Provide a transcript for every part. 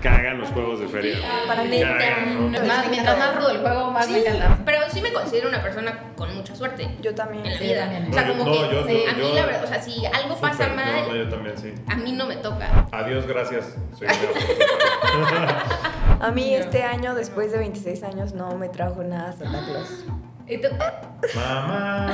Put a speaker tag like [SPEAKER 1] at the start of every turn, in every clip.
[SPEAKER 1] cagan los juegos de feria.
[SPEAKER 2] Para
[SPEAKER 1] Me
[SPEAKER 2] mí,
[SPEAKER 1] cagan, ¿no?
[SPEAKER 2] no.
[SPEAKER 3] Más, mientras más rudo el juego, más me
[SPEAKER 4] Sí,
[SPEAKER 3] encanta.
[SPEAKER 4] Pero sí me considero una persona con mucha suerte
[SPEAKER 2] Yo
[SPEAKER 4] en
[SPEAKER 2] también.
[SPEAKER 4] la
[SPEAKER 3] Sí,
[SPEAKER 4] vida.
[SPEAKER 3] también.
[SPEAKER 4] O sea,
[SPEAKER 1] No, yo-
[SPEAKER 4] como
[SPEAKER 1] no,
[SPEAKER 4] que
[SPEAKER 1] yo-
[SPEAKER 4] a mí
[SPEAKER 1] yo-
[SPEAKER 4] la verdad, o sea, si algo
[SPEAKER 1] Súper,
[SPEAKER 4] pasa Ah. mal,
[SPEAKER 1] no, yo también, sí.
[SPEAKER 4] a mí no me toca.
[SPEAKER 1] Adiós, gracias. Soy
[SPEAKER 2] A mí este año, después de 26 años, no me trajo nada Santa Claus.
[SPEAKER 4] Y tú,
[SPEAKER 1] Mamá.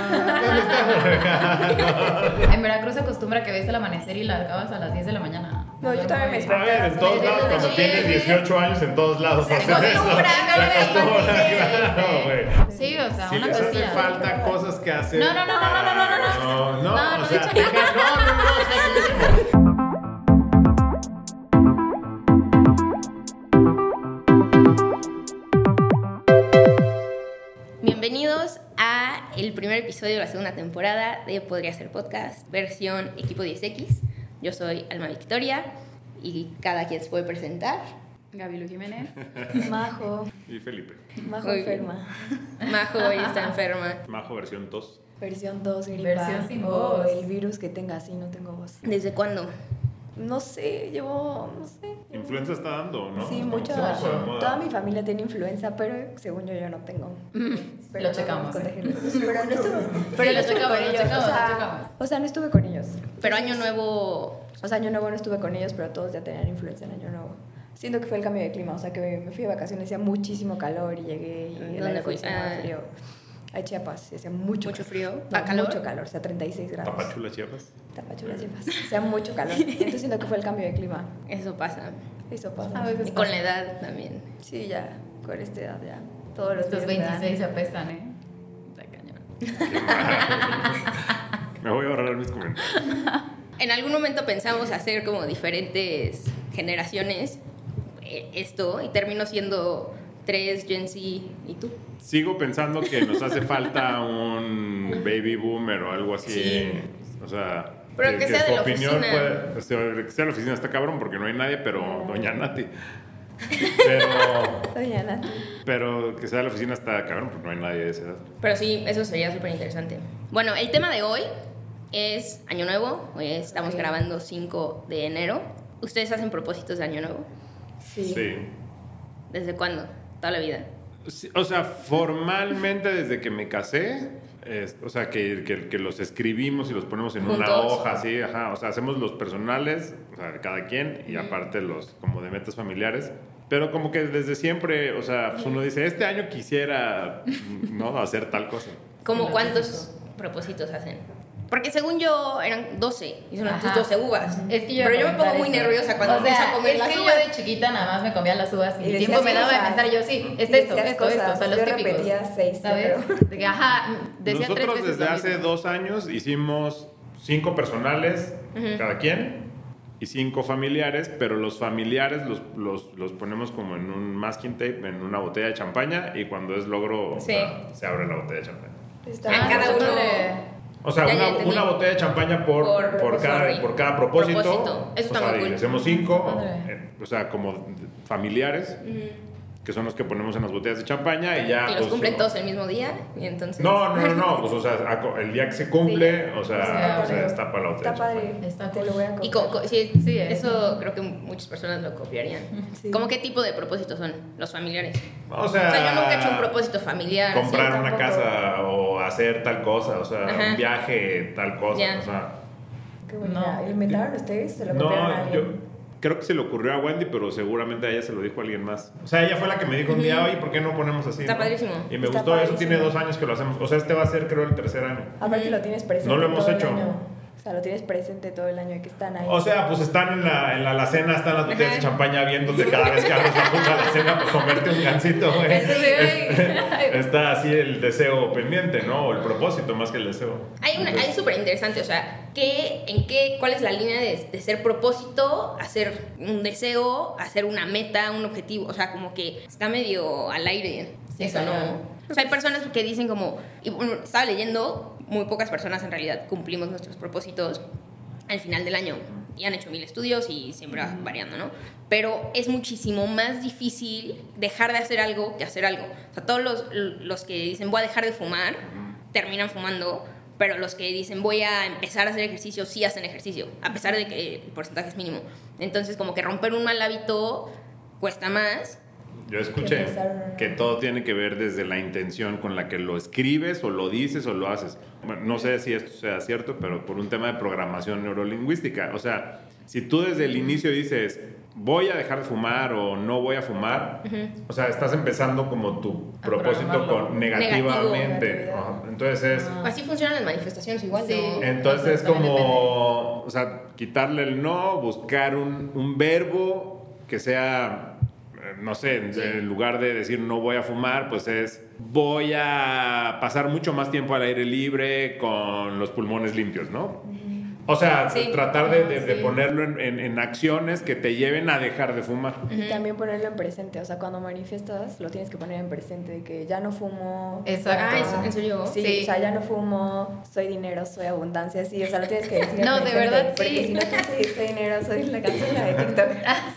[SPEAKER 3] En Veracruz se acostumbra que ves el amanecer y la acabas a las 10 de la mañana.
[SPEAKER 2] No, yo también me
[SPEAKER 1] A ver, en todos lados, cuando tienes 18 años, en todos lados
[SPEAKER 4] Se
[SPEAKER 1] hacen
[SPEAKER 3] pues,
[SPEAKER 1] eso.
[SPEAKER 4] acostumbra,
[SPEAKER 1] Se
[SPEAKER 4] no le digas,
[SPEAKER 1] acostumbra,
[SPEAKER 4] sí,
[SPEAKER 1] claro, güey.
[SPEAKER 3] Sí, o sea,
[SPEAKER 1] Si
[SPEAKER 3] una
[SPEAKER 1] les hace
[SPEAKER 3] cosilla.
[SPEAKER 1] falta cosas que hacer.
[SPEAKER 3] No, no, no, no, no, no,
[SPEAKER 1] no,
[SPEAKER 3] no,
[SPEAKER 1] no, no,
[SPEAKER 3] No,
[SPEAKER 1] o
[SPEAKER 3] no,
[SPEAKER 1] sea,
[SPEAKER 3] no.
[SPEAKER 1] deja- no, no, no, o sea, sí mismo.
[SPEAKER 4] Bienvenidos a el primer episodio de la segunda temporada de Podría Ser Podcast, versión Equipo 10X. Yo soy Alma Victoria y cada quien se puede presentar.
[SPEAKER 3] Gaby Lu Jiménez.
[SPEAKER 2] Majo,
[SPEAKER 1] Y Felipe,
[SPEAKER 2] Majo
[SPEAKER 4] Oye.
[SPEAKER 2] enferma.
[SPEAKER 4] Majo hoy está enferma.
[SPEAKER 1] Majo versión 2.
[SPEAKER 2] Versión 2, gripa.
[SPEAKER 3] Versión sin
[SPEAKER 2] o
[SPEAKER 3] voz.
[SPEAKER 2] el virus que tenga, sí, no tengo voz.
[SPEAKER 4] ¿Desde cuándo?
[SPEAKER 2] No sé, llevo, no sé.
[SPEAKER 1] Influenza está dando, ¿no?
[SPEAKER 2] Sí,
[SPEAKER 1] No,
[SPEAKER 2] mucha.
[SPEAKER 1] se puso de moda.
[SPEAKER 2] Toda mi familia tiene influenza, pero según yo, yo no tengo.
[SPEAKER 3] Mm, Lo checamos,
[SPEAKER 2] no me
[SPEAKER 3] ¿eh?
[SPEAKER 2] contagié. Pero no estuve,
[SPEAKER 3] Sí,
[SPEAKER 2] pero
[SPEAKER 3] lo
[SPEAKER 2] no estuve
[SPEAKER 3] checamos,
[SPEAKER 2] con
[SPEAKER 3] lo
[SPEAKER 2] ellos.
[SPEAKER 3] checamos,
[SPEAKER 2] o,
[SPEAKER 3] lo
[SPEAKER 2] sea,
[SPEAKER 3] checamos.
[SPEAKER 2] o sea, no estuve con ellos.
[SPEAKER 4] Pero año nuevo...
[SPEAKER 2] O sea, año nuevo no estuve con ellos, pero todos ya tenían influenza en año nuevo. Siento que fue el cambio de clima, o sea, que me, me fui de vacaciones, hacía muchísimo calor y llegué y el
[SPEAKER 4] ¿Dónde
[SPEAKER 2] aire
[SPEAKER 4] fui?
[SPEAKER 2] acondicionado
[SPEAKER 4] Ah.
[SPEAKER 2] frío. A Chiapas, hacía mucho,
[SPEAKER 4] Mucho
[SPEAKER 2] calor.
[SPEAKER 4] frío.
[SPEAKER 2] No,
[SPEAKER 4] ¿A calor?
[SPEAKER 2] Mucho calor, o sea, 36 grados.
[SPEAKER 1] Tapachula, Chiapas.
[SPEAKER 2] Tapachula, Chiapas. O sea, mucho calor. Entonces siento que fue el cambio de clima.
[SPEAKER 4] Eso pasa.
[SPEAKER 2] Eso pasa.
[SPEAKER 3] A veces
[SPEAKER 4] Y con la edad también.
[SPEAKER 2] Sí, ya, con esta edad ya. Todos los
[SPEAKER 3] Estos
[SPEAKER 2] días me dan.
[SPEAKER 3] 26 se apestan, ¿eh? Está cañón.
[SPEAKER 1] Me voy a ahorrar mis comentarios.
[SPEAKER 4] En algún momento pensamos hacer como diferentes generaciones eh, esto y terminó siendo tres Gen Z y tú.
[SPEAKER 1] Sigo pensando que nos hace falta un baby boomer o algo así.
[SPEAKER 4] Sí.
[SPEAKER 1] O sea,
[SPEAKER 4] Pero que sea de la oficina.
[SPEAKER 1] puede- o sea, que sea de la oficina está cabrón porque no hay nadie, pero doña Nati. Pero,
[SPEAKER 2] Doña Nati.
[SPEAKER 1] pero que sea de la oficina está cabrón porque no hay nadie de esa edad.
[SPEAKER 4] Pero sí, eso sería súper interesante. Bueno, el tema de hoy es Año Nuevo. Hoy estamos
[SPEAKER 2] Ok.
[SPEAKER 4] grabando 5 de enero. ¿Ustedes hacen propósitos de Año Nuevo?
[SPEAKER 2] Sí.
[SPEAKER 1] sí.
[SPEAKER 4] ¿Desde cuándo? Toda la vida.
[SPEAKER 1] Sí, O sea, formalmente desde que me casé, es- o sea, que, que- que los escribimos y los ponemos en una
[SPEAKER 4] Juntos.
[SPEAKER 1] hoja, así, ajá. O sea, hacemos los personales, o sea, de cada quien, y aparte los como de metas familiares. Pero como que desde siempre, o sea, pues uno dice, este año quisiera, ¿no? Hacer tal cosa.
[SPEAKER 4] ¿Cómo
[SPEAKER 3] Sí,
[SPEAKER 4] cuántos propósitos hacen? Porque según yo eran 12 y son
[SPEAKER 3] Ajá.
[SPEAKER 4] tus 12 uvas.
[SPEAKER 3] Es que yo
[SPEAKER 4] Pero
[SPEAKER 3] iba
[SPEAKER 4] yo
[SPEAKER 3] a
[SPEAKER 4] me pongo
[SPEAKER 3] comentar
[SPEAKER 4] muy
[SPEAKER 3] eso.
[SPEAKER 4] nerviosa cuando
[SPEAKER 3] o sea,
[SPEAKER 4] empiezo a comer
[SPEAKER 3] es
[SPEAKER 4] las
[SPEAKER 3] que
[SPEAKER 4] uvas.
[SPEAKER 3] yo de chiquita nada más me comía las uvas
[SPEAKER 2] Y
[SPEAKER 3] y, el
[SPEAKER 2] decías
[SPEAKER 3] tiempo me daba de
[SPEAKER 2] cosas.
[SPEAKER 3] pensar yo sí,
[SPEAKER 2] Y
[SPEAKER 3] está esto,
[SPEAKER 2] decías
[SPEAKER 3] esto, esto, o
[SPEAKER 2] cosas.
[SPEAKER 3] sea, los
[SPEAKER 2] Yo
[SPEAKER 3] típicos.
[SPEAKER 2] repetía seis,
[SPEAKER 3] ¿sabes?
[SPEAKER 2] pero-
[SPEAKER 3] De que, ajá, decía tres
[SPEAKER 1] Nosotros
[SPEAKER 3] veces
[SPEAKER 1] desde
[SPEAKER 3] lo
[SPEAKER 1] hace
[SPEAKER 3] mismo.
[SPEAKER 1] dos años hicimos cinco personales, cada quien, y cinco familiares, pero los familiares los, los, los ponemos como en un masking tape, en una botella de champaña, y cuando es logro, o
[SPEAKER 4] Sí.
[SPEAKER 1] sea, se abre la botella de champaña.
[SPEAKER 2] Está
[SPEAKER 4] Ah, cada
[SPEAKER 3] nosotros
[SPEAKER 4] uno.
[SPEAKER 3] le-
[SPEAKER 1] O sea,
[SPEAKER 4] Ya, ya
[SPEAKER 1] una,
[SPEAKER 4] entendí.
[SPEAKER 1] una botella de champaña por,
[SPEAKER 4] Por-
[SPEAKER 1] por,
[SPEAKER 4] sorry.
[SPEAKER 1] cada, por cada propósito.
[SPEAKER 4] Propósito. Eso
[SPEAKER 1] o
[SPEAKER 4] está
[SPEAKER 1] sea,
[SPEAKER 4] muy
[SPEAKER 1] y
[SPEAKER 4] cool.
[SPEAKER 1] hacemos cinco,
[SPEAKER 3] Padre.
[SPEAKER 1] eh, o sea, como familiares, que son los que ponemos en las botellas de champaña, y ya...
[SPEAKER 4] Y los
[SPEAKER 1] pues,
[SPEAKER 4] cumplen
[SPEAKER 1] uno-
[SPEAKER 4] todos el mismo día y entonces...
[SPEAKER 1] No, no, no, no, pues, o sea, aco- el día que se cumple, Ah, o sea,
[SPEAKER 3] Sí.
[SPEAKER 1] o sea, está para la otra.
[SPEAKER 2] Está padre.
[SPEAKER 3] Está
[SPEAKER 2] Te
[SPEAKER 3] cool.
[SPEAKER 2] lo voy a contar.
[SPEAKER 4] Y co- co- sí,
[SPEAKER 3] Sí, eh.
[SPEAKER 4] eso creo que muchas personas lo copiarían.
[SPEAKER 2] Sí.
[SPEAKER 4] ¿Cómo qué tipo de propósitos son los familiares?
[SPEAKER 1] O
[SPEAKER 4] O
[SPEAKER 1] sea,
[SPEAKER 4] sea, yo nunca he hecho un propósito familiar. así.
[SPEAKER 1] Ah, Comprar
[SPEAKER 2] Sí,
[SPEAKER 1] una
[SPEAKER 2] tampoco.
[SPEAKER 1] casa o hacer tal cosa, o sea,
[SPEAKER 4] Ajá.
[SPEAKER 1] un viaje, tal cosa,
[SPEAKER 4] Ya.
[SPEAKER 1] o sea.
[SPEAKER 2] Qué buena
[SPEAKER 3] No.
[SPEAKER 2] idea. ¿Lo inventaron ustedes? ¿Se lo copiaron a
[SPEAKER 1] No, yo
[SPEAKER 2] alguien?
[SPEAKER 1] creo que se le ocurrió a Wendy, pero seguramente a ella se lo dijo alguien más. O sea, ella fue la que me dijo un día, oye, ¿por qué no ponemos así?
[SPEAKER 4] Está
[SPEAKER 1] no?"
[SPEAKER 4] padrísimo.
[SPEAKER 1] Y me
[SPEAKER 2] Está
[SPEAKER 1] gustó, eso
[SPEAKER 2] padrísimo.
[SPEAKER 1] tiene dos años que lo hacemos. O sea, este va a ser, creo, el tercer año.
[SPEAKER 2] Aparte lo tienes presente
[SPEAKER 1] No lo hemos
[SPEAKER 2] todo
[SPEAKER 1] hecho.
[SPEAKER 2] el año. O sea, lo tienes presente todo el año y que están ahí.
[SPEAKER 1] O sea, pues están en la, en la alacena, están las botellas de
[SPEAKER 4] Ajá.
[SPEAKER 1] champaña viéndote cada vez que abres la puta alacena para comerte un gansito, güey.
[SPEAKER 4] Eso sí,
[SPEAKER 1] Es- Está así el deseo pendiente, ¿no? O el propósito más que el deseo.
[SPEAKER 4] Hay una, hay súper interesante, o sea, ¿qué, en qué, ¿cuál es la línea de, de ser propósito, hacer un deseo, hacer una meta, un objetivo? O sea, como que está medio al aire.
[SPEAKER 3] Sí,
[SPEAKER 4] eso
[SPEAKER 3] claro.
[SPEAKER 4] no. O sea, hay personas que dicen como, y bueno, estaba leyendo, muy pocas personas en realidad cumplimos nuestros propósitos al final del año. Y han hecho mil estudios y siempre va variando, ¿no? Pero es muchísimo más difícil dejar de hacer algo que hacer algo. O sea, todos los, los que dicen voy a dejar de fumar, terminan fumando, pero los que dicen voy a empezar a hacer ejercicio, sí hacen ejercicio, a pesar de que el porcentaje es mínimo. Entonces, como que romper un mal hábito cuesta más.
[SPEAKER 1] Yo escuché que todo tiene que ver desde la intención con la que lo escribes o lo dices o lo haces. Bueno, no sé si esto sea cierto, pero por un tema de programación neurolingüística. O sea, si tú desde el inicio dices, voy a dejar de fumar o no voy a fumar, o sea, estás empezando como tu
[SPEAKER 3] A
[SPEAKER 1] propósito
[SPEAKER 3] programarlo.
[SPEAKER 1] con negativamente.
[SPEAKER 2] Negativo.
[SPEAKER 1] Ajá. Entonces es...
[SPEAKER 3] Ah.
[SPEAKER 4] Así funcionan las manifestaciones igual,
[SPEAKER 3] Sí.
[SPEAKER 4] ¿no?
[SPEAKER 1] Entonces es
[SPEAKER 3] También
[SPEAKER 1] como, o sea, quitarle el no, buscar un, un verbo que sea, eh, no sé, en, en lugar de decir no voy a fumar, pues es voy a pasar mucho más tiempo al aire libre con los pulmones limpios, ¿no? O sea,
[SPEAKER 4] Sí.
[SPEAKER 1] tratar de, de- de
[SPEAKER 3] Sí.
[SPEAKER 1] ponerlo en, en- en acciones que te lleven a dejar de fumar.
[SPEAKER 2] Y también ponerlo en presente, o sea, cuando manifiestas lo tienes que poner en presente, de que ya no fumo.
[SPEAKER 3] Exacto.
[SPEAKER 4] Ah, ¿eso- ¿en serio?
[SPEAKER 2] Sí,
[SPEAKER 3] Sí.
[SPEAKER 2] o sea, ya no fumo, soy dinero, soy abundancia, sí, o sea, lo tienes que decir. en
[SPEAKER 3] No, de
[SPEAKER 2] presente,
[SPEAKER 3] verdad,
[SPEAKER 2] porque
[SPEAKER 3] sí.
[SPEAKER 2] si no consigues soy dinero, soy la canción la de TikTok.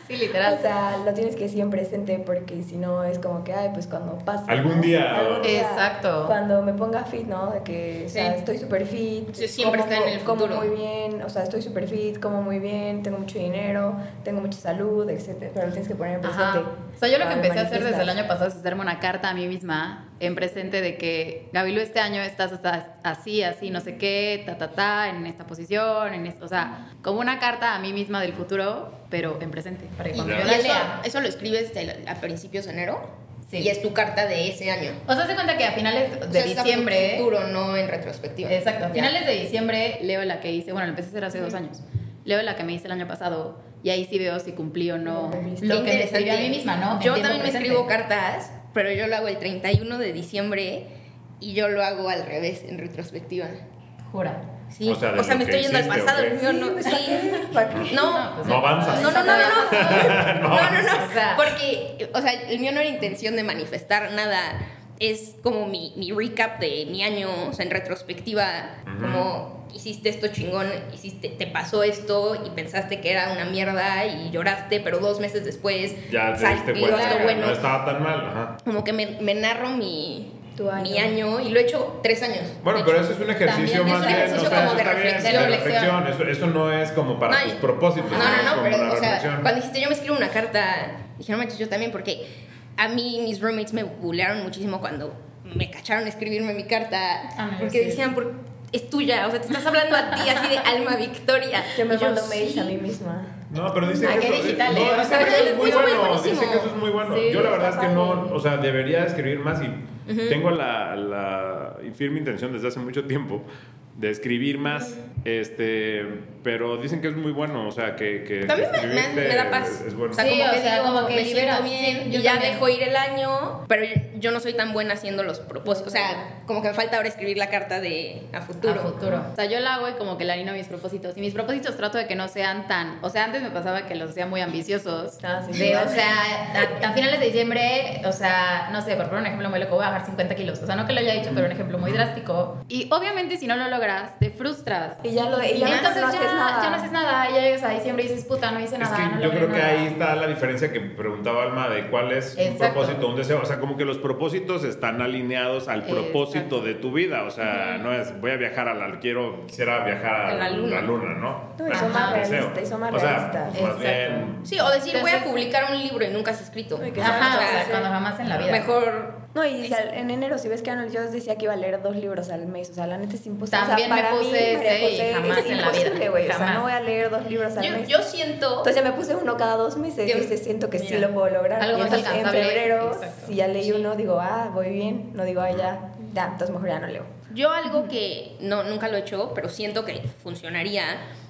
[SPEAKER 3] Sí, literal.
[SPEAKER 2] O sea, lo tienes que decir en presente porque si no es como que, ay, pues cuando pase.
[SPEAKER 1] Algún
[SPEAKER 2] ¿no?
[SPEAKER 1] día.
[SPEAKER 3] Exacto.
[SPEAKER 2] Cuando me ponga fit, ¿no? De que, o sea,
[SPEAKER 4] Sí.
[SPEAKER 2] estoy súper fit.
[SPEAKER 4] Sí, siempre
[SPEAKER 2] como,
[SPEAKER 4] está en el
[SPEAKER 2] como
[SPEAKER 4] futuro.
[SPEAKER 2] muy bien, o sea, estoy súper fit, como muy bien, tengo mucho dinero, tengo mucha salud, etcétera, Pero lo tienes que poner en presente.
[SPEAKER 3] Ajá. O sea, yo
[SPEAKER 4] Ah,
[SPEAKER 3] lo que
[SPEAKER 2] cuando
[SPEAKER 3] empecé a hacer desde el
[SPEAKER 2] manifiestas.
[SPEAKER 3] año pasado es hacerme una carta a mí misma en presente de que, Gabilu, este año estás hasta así, así, no sé qué, ta, ta, ta, en esta posición, en esto. O sea, como una carta a mí misma del futuro, pero en presente. Para que
[SPEAKER 4] Y-
[SPEAKER 3] cuando
[SPEAKER 1] Ya.
[SPEAKER 3] yo
[SPEAKER 4] y
[SPEAKER 3] la
[SPEAKER 4] eso,
[SPEAKER 3] lea.
[SPEAKER 4] eso lo escribes del- a principios de enero
[SPEAKER 3] Sí.
[SPEAKER 4] y es tu carta de ese año.
[SPEAKER 3] O sea, se cuenta que a finales de
[SPEAKER 4] O sea, está
[SPEAKER 3] diciembre.
[SPEAKER 4] futuro, no en retrospectiva.
[SPEAKER 3] Exacto. A
[SPEAKER 4] Ya.
[SPEAKER 3] finales de diciembre leo la que hice, bueno, lo empecé a hacer hace dos años. Leo la que me hice el año pasado y ahí sí veo si cumplí o no
[SPEAKER 2] Cumpliste.
[SPEAKER 3] lo
[SPEAKER 4] Qué
[SPEAKER 3] que me escribí a
[SPEAKER 4] interesante.
[SPEAKER 3] mí misma, ¿no? En
[SPEAKER 4] Yo
[SPEAKER 3] tiempo
[SPEAKER 4] también me
[SPEAKER 3] presente.
[SPEAKER 4] escribo cartas, pero yo lo hago el 31 de diciembre y yo lo hago al revés, en retrospectiva.
[SPEAKER 3] Jura.
[SPEAKER 4] Sí.
[SPEAKER 1] O sea, de lo
[SPEAKER 4] me
[SPEAKER 1] que
[SPEAKER 4] estoy yendo al
[SPEAKER 1] hiciste, ¿o
[SPEAKER 4] pasado,
[SPEAKER 1] qué?
[SPEAKER 4] yo no. Sí.
[SPEAKER 2] ¿Para qué?
[SPEAKER 4] No,
[SPEAKER 3] pues,
[SPEAKER 1] No avanzas.
[SPEAKER 4] No, no, no, no, no, no, no,
[SPEAKER 3] O sea-
[SPEAKER 4] porque, o sea, el mío no era intención de manifestar nada, es como mi, mi recap de mi año, o sea, en retrospectiva,
[SPEAKER 1] Ujú.
[SPEAKER 4] como hiciste esto chingón, hiciste, te pasó esto y pensaste que era una mierda y lloraste, pero dos meses después
[SPEAKER 1] Ya te diste
[SPEAKER 4] salió
[SPEAKER 1] cuenta
[SPEAKER 4] algo
[SPEAKER 1] que
[SPEAKER 4] bueno.
[SPEAKER 1] no estaba tan mal. Ajá.
[SPEAKER 4] Como que me, me narro mi,
[SPEAKER 2] Tu año.
[SPEAKER 4] mi año y lo he hecho tres años.
[SPEAKER 1] Bueno,
[SPEAKER 4] De
[SPEAKER 1] pero
[SPEAKER 4] hecho.
[SPEAKER 1] eso es un ejercicio
[SPEAKER 3] También es
[SPEAKER 1] más
[SPEAKER 3] un
[SPEAKER 1] bien,
[SPEAKER 4] ejercicio
[SPEAKER 1] o sea,
[SPEAKER 4] como
[SPEAKER 1] eso
[SPEAKER 4] de
[SPEAKER 1] está bien,
[SPEAKER 4] reflexión.
[SPEAKER 1] de reflexión. Eso, eso no es como para
[SPEAKER 4] No,
[SPEAKER 1] tus propósitos,
[SPEAKER 4] No,
[SPEAKER 1] ¿no? es
[SPEAKER 4] no, no,
[SPEAKER 1] como una
[SPEAKER 4] pero o sea,
[SPEAKER 1] reflexión.
[SPEAKER 4] cuando dijiste yo me escribo una carta, dije, no manches, yo también, porque a mí mis roommates me bulearon muchísimo cuando me cacharon escribirme mi carta,
[SPEAKER 3] Ah, no,
[SPEAKER 4] porque
[SPEAKER 3] sí.
[SPEAKER 4] decían, "Por- es tuya, o sea, te estás hablando a ti, así de alma victoria.
[SPEAKER 2] Yo me
[SPEAKER 4] Y
[SPEAKER 2] mando mails
[SPEAKER 4] "Sí".
[SPEAKER 2] a mí misma.
[SPEAKER 1] No, pero dicen
[SPEAKER 3] Ah,
[SPEAKER 1] que,
[SPEAKER 3] qué
[SPEAKER 1] eso,
[SPEAKER 3] digital,
[SPEAKER 1] no,
[SPEAKER 3] ¿eh?
[SPEAKER 1] dicen que
[SPEAKER 4] Pero
[SPEAKER 1] eso es
[SPEAKER 4] es
[SPEAKER 1] muy
[SPEAKER 4] muy
[SPEAKER 1] bueno.
[SPEAKER 4] buenísimo.
[SPEAKER 1] Dicen que eso es muy bueno.
[SPEAKER 3] Sí,
[SPEAKER 1] Yo la verdad es
[SPEAKER 2] está
[SPEAKER 1] que no,
[SPEAKER 2] padre.
[SPEAKER 1] o sea, debería escribir más y tengo la, la firme intención desde hace mucho tiempo de escribir más, este, pero dicen que es muy bueno, o sea, que, que
[SPEAKER 4] También
[SPEAKER 1] que
[SPEAKER 4] me, me-
[SPEAKER 1] escribirte
[SPEAKER 4] me da paz.
[SPEAKER 1] es- es bueno.
[SPEAKER 4] O sea,
[SPEAKER 3] Sí,
[SPEAKER 4] como
[SPEAKER 3] o
[SPEAKER 4] que
[SPEAKER 3] sea,
[SPEAKER 4] digo,
[SPEAKER 3] como que
[SPEAKER 4] me
[SPEAKER 3] libera,
[SPEAKER 4] siento bien
[SPEAKER 3] sí,
[SPEAKER 4] y
[SPEAKER 3] yo
[SPEAKER 4] ya
[SPEAKER 3] también.
[SPEAKER 4] dejo ir el año, pero yo no soy tan buena haciendo los propósitos. O sea, como que me falta ahora escribir la carta de a futuro.
[SPEAKER 3] A futuro. O sea, yo la hago y como que la harino mis propósitos. Y mis propósitos trato de que no sean tan. O sea, antes me pasaba que los hacía muy ambiciosos.
[SPEAKER 2] Ah, sí.
[SPEAKER 3] De, o sea, a, a finales de diciembre, o sea, no sé, por poner un ejemplo muy loco, voy a bajar 50 kilos. O sea, no que lo haya dicho, pero un ejemplo muy drástico. Y obviamente, si no lo logras, te frustras.
[SPEAKER 2] Y ya lo y ya
[SPEAKER 3] Entonces
[SPEAKER 2] no
[SPEAKER 3] ya,
[SPEAKER 2] haces nada.
[SPEAKER 3] ya no haces nada. Ya llegas a diciembre y dices, puta, no hice
[SPEAKER 1] Es
[SPEAKER 3] nada.
[SPEAKER 1] que
[SPEAKER 3] no
[SPEAKER 1] yo
[SPEAKER 3] logré
[SPEAKER 1] creo que
[SPEAKER 3] nada".
[SPEAKER 1] ahí está la diferencia que preguntaba Alma de cuál es un
[SPEAKER 3] Exacto.
[SPEAKER 1] propósito, un deseo. O sea, como que los propósitos están alineados al
[SPEAKER 3] Exacto.
[SPEAKER 1] propósito de tu vida. O sea, no es voy a viajar a la, quiero, quisiera viajar a la luna, ¿no?
[SPEAKER 2] No, y
[SPEAKER 1] Ese
[SPEAKER 2] son
[SPEAKER 1] es
[SPEAKER 2] más
[SPEAKER 1] un deseo.
[SPEAKER 2] realistas, y son más
[SPEAKER 1] o sea,
[SPEAKER 2] realistas.
[SPEAKER 1] más
[SPEAKER 3] Exacto.
[SPEAKER 1] bien,
[SPEAKER 4] Sí, o decir, voy a
[SPEAKER 3] Entonces-
[SPEAKER 4] publicar un libro y nunca has escrito.
[SPEAKER 2] Ay, qué
[SPEAKER 3] Ajá,
[SPEAKER 4] O
[SPEAKER 3] o
[SPEAKER 4] sea,
[SPEAKER 3] sea, cuando jamás en la vida.
[SPEAKER 4] Mejor
[SPEAKER 2] No, y o sea, en enero, si ves que Arnold, yo decía que iba a leer dos libros al mes, o sea, la neta es imposible.
[SPEAKER 3] También
[SPEAKER 2] o
[SPEAKER 3] me
[SPEAKER 2] sea, para
[SPEAKER 3] puse
[SPEAKER 2] mí, María
[SPEAKER 3] ese y
[SPEAKER 2] José,
[SPEAKER 3] jamás
[SPEAKER 2] es
[SPEAKER 3] en la vida,
[SPEAKER 2] imposible, güey, o sea,
[SPEAKER 3] jamás.
[SPEAKER 2] no voy a leer dos libros al
[SPEAKER 4] Yo,
[SPEAKER 2] mes.
[SPEAKER 4] yo siento.
[SPEAKER 2] Entonces me puse uno cada dos meses
[SPEAKER 4] Yo-
[SPEAKER 2] y dije, siento que sí
[SPEAKER 3] Mira,
[SPEAKER 2] lo puedo lograr.
[SPEAKER 3] algo
[SPEAKER 2] Y
[SPEAKER 3] más
[SPEAKER 2] entonces, en
[SPEAKER 3] alcanzable,
[SPEAKER 2] febrero,
[SPEAKER 3] exacto.
[SPEAKER 2] si ya leí
[SPEAKER 4] Sí.
[SPEAKER 2] uno, digo, ah, voy bien. No digo, ah, ya, ya, entonces mejor ya no leo.
[SPEAKER 4] yo algo que no, nunca lo he hecho, pero siento que funcionaría.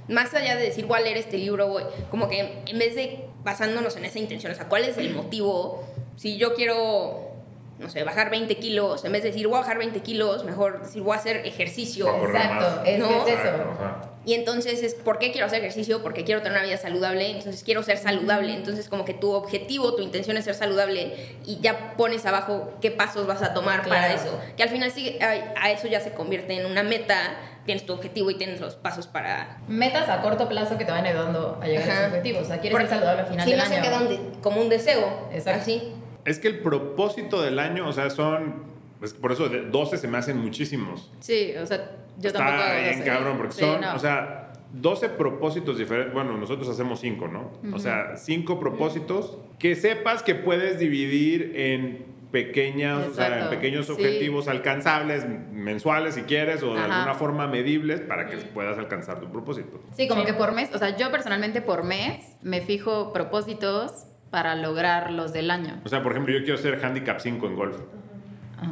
[SPEAKER 4] Más allá de decir, voy a leer este libro, voy- como que en vez de basándonos en esa intención, o sea, ¿cuál es el motivo? Si yo quiero, no sé, bajar 20 kilos, en vez de decir, voy a bajar 20 kilos, mejor decir, voy a hacer ejercicio.
[SPEAKER 1] Para correr
[SPEAKER 3] Exacto,
[SPEAKER 1] más.
[SPEAKER 3] es,
[SPEAKER 4] No.
[SPEAKER 3] es eso.
[SPEAKER 1] Exacto, ajá.
[SPEAKER 4] Y entonces es, ¿por qué quiero hacer ejercicio? Porque quiero tener una vida saludable, entonces quiero ser saludable. Entonces como que tu objetivo, tu intención es ser saludable y ya pones abajo qué pasos vas a tomar para
[SPEAKER 3] Claro.
[SPEAKER 4] eso. Que al final sí, a, a eso ya se convierte en una meta, tienes tu objetivo y tienes los pasos para...
[SPEAKER 3] Metas a corto plazo que te van ayudando a llegar a
[SPEAKER 4] Ajá.
[SPEAKER 3] ese objetivo. O sea, quieres
[SPEAKER 4] Porque
[SPEAKER 3] ser saludable al final
[SPEAKER 4] si
[SPEAKER 3] del
[SPEAKER 4] no
[SPEAKER 3] año.
[SPEAKER 4] se queda un de- como un deseo.
[SPEAKER 3] Exacto.
[SPEAKER 4] Así.
[SPEAKER 1] Es que el propósito del año, o sea, son, pues, por eso de 12 se me hacen muchísimos.
[SPEAKER 3] Sí, o sea, yo
[SPEAKER 1] Está
[SPEAKER 3] tampoco. hago
[SPEAKER 1] bien
[SPEAKER 3] eso.
[SPEAKER 1] cabrón, porque
[SPEAKER 3] Sí,
[SPEAKER 1] son,
[SPEAKER 3] no.
[SPEAKER 1] o sea, 12 propósitos diferentes. Bueno, nosotros hacemos 5, ¿no? O sea, 5 propósitos que sepas que puedes dividir en pequeñas, o sea, en
[SPEAKER 3] Exacto.
[SPEAKER 1] pequeños
[SPEAKER 3] Sí.
[SPEAKER 1] objetivos alcanzables, mensuales si quieres, o de
[SPEAKER 3] Ajá.
[SPEAKER 1] alguna forma medibles para que puedas alcanzar tu propósito.
[SPEAKER 3] Sí, como que por mes, o sea, yo personalmente por mes me fijo propósitos para lograr los del año.
[SPEAKER 1] O sea, por ejemplo, yo quiero ser handicap 5 en golf.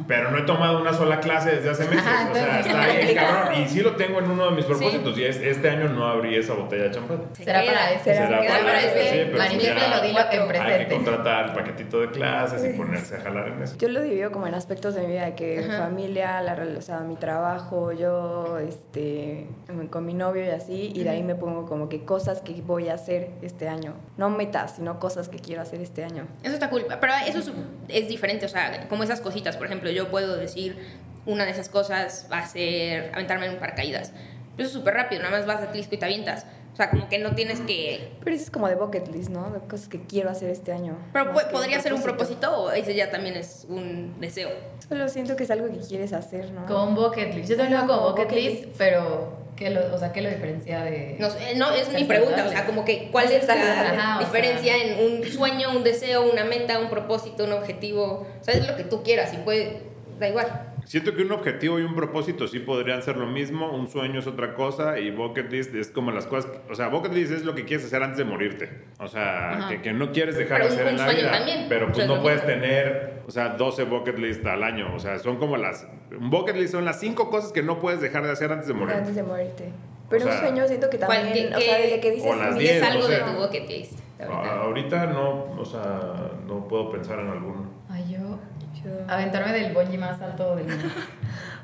[SPEAKER 1] Pero no he tomado una sola clase desde hace meses.
[SPEAKER 3] Ajá,
[SPEAKER 1] o sea,
[SPEAKER 3] Ah, entonces,
[SPEAKER 1] está bien,
[SPEAKER 2] complicado.
[SPEAKER 1] cabrón. Y sí lo tengo en uno de mis propósitos. Y es, este año no abrí esa botella de champán.
[SPEAKER 4] Se
[SPEAKER 3] Será
[SPEAKER 4] queda,
[SPEAKER 3] para
[SPEAKER 2] se
[SPEAKER 3] este.
[SPEAKER 2] Será
[SPEAKER 1] Será
[SPEAKER 2] para
[SPEAKER 1] para
[SPEAKER 2] este,
[SPEAKER 1] este, pero
[SPEAKER 3] manifiéstalo,
[SPEAKER 1] ya
[SPEAKER 3] dilo en
[SPEAKER 1] Hay que
[SPEAKER 3] presente.
[SPEAKER 1] contratar el paquetito de clases y ponerse a jalar en eso.
[SPEAKER 2] Yo lo divido como en aspectos de mi vida, que mi familia, la, rel- o sea, mi trabajo, yo, este, con mi novio y así, y de ahí me pongo como que cosas que voy a hacer este año. No metas, sino cosas que quiero hacer este año.
[SPEAKER 4] Eso está cool, pero eso es, es diferente, o sea, como esas cositas, por ejemplo, yo puedo decir una de esas cosas va a ser aventarme en un paracaídas. Pero eso es súper rápido, nada más vas a Tlisco y te avientas. O sea, como que no tienes que...
[SPEAKER 2] Pero eso es como de bucket list, ¿no? De cosas que quiero hacer este año.
[SPEAKER 4] Pero
[SPEAKER 2] Más
[SPEAKER 4] po-
[SPEAKER 2] que
[SPEAKER 4] podría ser un propósito o ese ya también es un deseo.
[SPEAKER 2] Solo siento que es algo que quieres hacer, ¿no?
[SPEAKER 3] Con bucket list. Yo también lo hago
[SPEAKER 2] Ajá,
[SPEAKER 3] con bucket
[SPEAKER 2] bucket
[SPEAKER 3] list, pero ¿qué lo, o sea, ¿qué lo diferencia de...?
[SPEAKER 4] No, sé, no, es mi pregunta, o sea, como que cuál es la
[SPEAKER 3] Ajá, o sea.
[SPEAKER 4] diferencia en un sueño, un deseo, una meta, un propósito, un objetivo. O sea, es lo que tú quieras y puede... Da igual.
[SPEAKER 1] Siento que un objetivo y un propósito sí podrían ser lo mismo, un sueño es otra cosa y bucket list es como las cosas, o sea, bucket list es lo que quieres hacer antes de morirte, o sea,
[SPEAKER 3] Ajá.
[SPEAKER 1] que, que no quieres dejar de
[SPEAKER 4] Pero un-
[SPEAKER 1] hacer en
[SPEAKER 4] un
[SPEAKER 1] la
[SPEAKER 4] sueño
[SPEAKER 1] vida,
[SPEAKER 4] también.
[SPEAKER 1] pero
[SPEAKER 4] O sea,
[SPEAKER 1] pues
[SPEAKER 4] lo
[SPEAKER 1] no puedes
[SPEAKER 4] mismo.
[SPEAKER 1] tener, o sea, 12 bucket list al año, o sea, son como las, un bucket list son las cinco cosas que no puedes dejar de hacer antes de morir.
[SPEAKER 2] Antes de morirte. Pero
[SPEAKER 1] O sea,
[SPEAKER 2] un sueño siento que
[SPEAKER 4] ¿cuál-
[SPEAKER 2] también,
[SPEAKER 4] qué-
[SPEAKER 2] o sea,
[SPEAKER 4] qué-
[SPEAKER 2] desde que dices...
[SPEAKER 1] o las
[SPEAKER 2] "Mi
[SPEAKER 4] Y es
[SPEAKER 1] Diez, no
[SPEAKER 4] algo
[SPEAKER 1] sé.
[SPEAKER 4] de tu bucket list. ahorita.
[SPEAKER 1] Ah, Ahorita no, o sea, no puedo pensar en alguno.
[SPEAKER 3] Ay, yo...
[SPEAKER 2] Yo-
[SPEAKER 3] Aventarme del bungee más alto del mundo.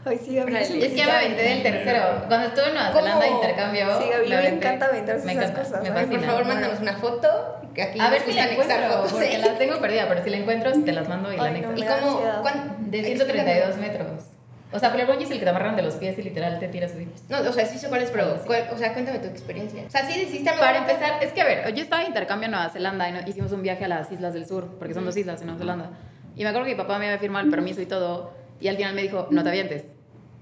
[SPEAKER 2] Ay, sí, Gaby.
[SPEAKER 4] Órale.
[SPEAKER 3] Es que ya me aventé del tercero. Cuando estuve en Nueva Zelanda de
[SPEAKER 2] ¿Cómo?
[SPEAKER 3] intercambio.
[SPEAKER 2] Sí, Gaby,
[SPEAKER 3] me
[SPEAKER 2] le
[SPEAKER 3] aventé.
[SPEAKER 2] encanta aventarse
[SPEAKER 3] Me
[SPEAKER 2] esas
[SPEAKER 3] encanta,
[SPEAKER 2] cosas. ¿eh?
[SPEAKER 3] Me
[SPEAKER 2] Ay,
[SPEAKER 3] fascina.
[SPEAKER 4] Por favor, mándanos una foto. que aquí
[SPEAKER 3] A
[SPEAKER 4] nos
[SPEAKER 3] ver si
[SPEAKER 4] gusta
[SPEAKER 3] la
[SPEAKER 4] anexar
[SPEAKER 3] encuentro,
[SPEAKER 4] fotos.
[SPEAKER 3] porque las tengo perdidas, pero si la encuentro, te las mando y la
[SPEAKER 2] Ay,
[SPEAKER 3] anexo.
[SPEAKER 2] no,
[SPEAKER 4] ¿Y
[SPEAKER 2] Me da
[SPEAKER 4] cómo?
[SPEAKER 2] ansiedad.
[SPEAKER 4] cuán-
[SPEAKER 3] De
[SPEAKER 4] explícame.
[SPEAKER 3] 132 metros. O sea, pero el bungee es el que te amarran de los pies y literal te tiras así.
[SPEAKER 4] No, o sea, sí sé cuál es, pero cuál- o sea, cuéntame tu experiencia. O sea, sí, sí, está
[SPEAKER 3] Para empezar, es que a ver, yo estaba de intercambio en Nueva Zelanda y no- hicimos un viaje a las Islas del Sur, porque son dos islas en Nueva Zelanda. Y me acuerdo que mi papá me había firmado el permiso y todo, y al final me dijo, no te avientes.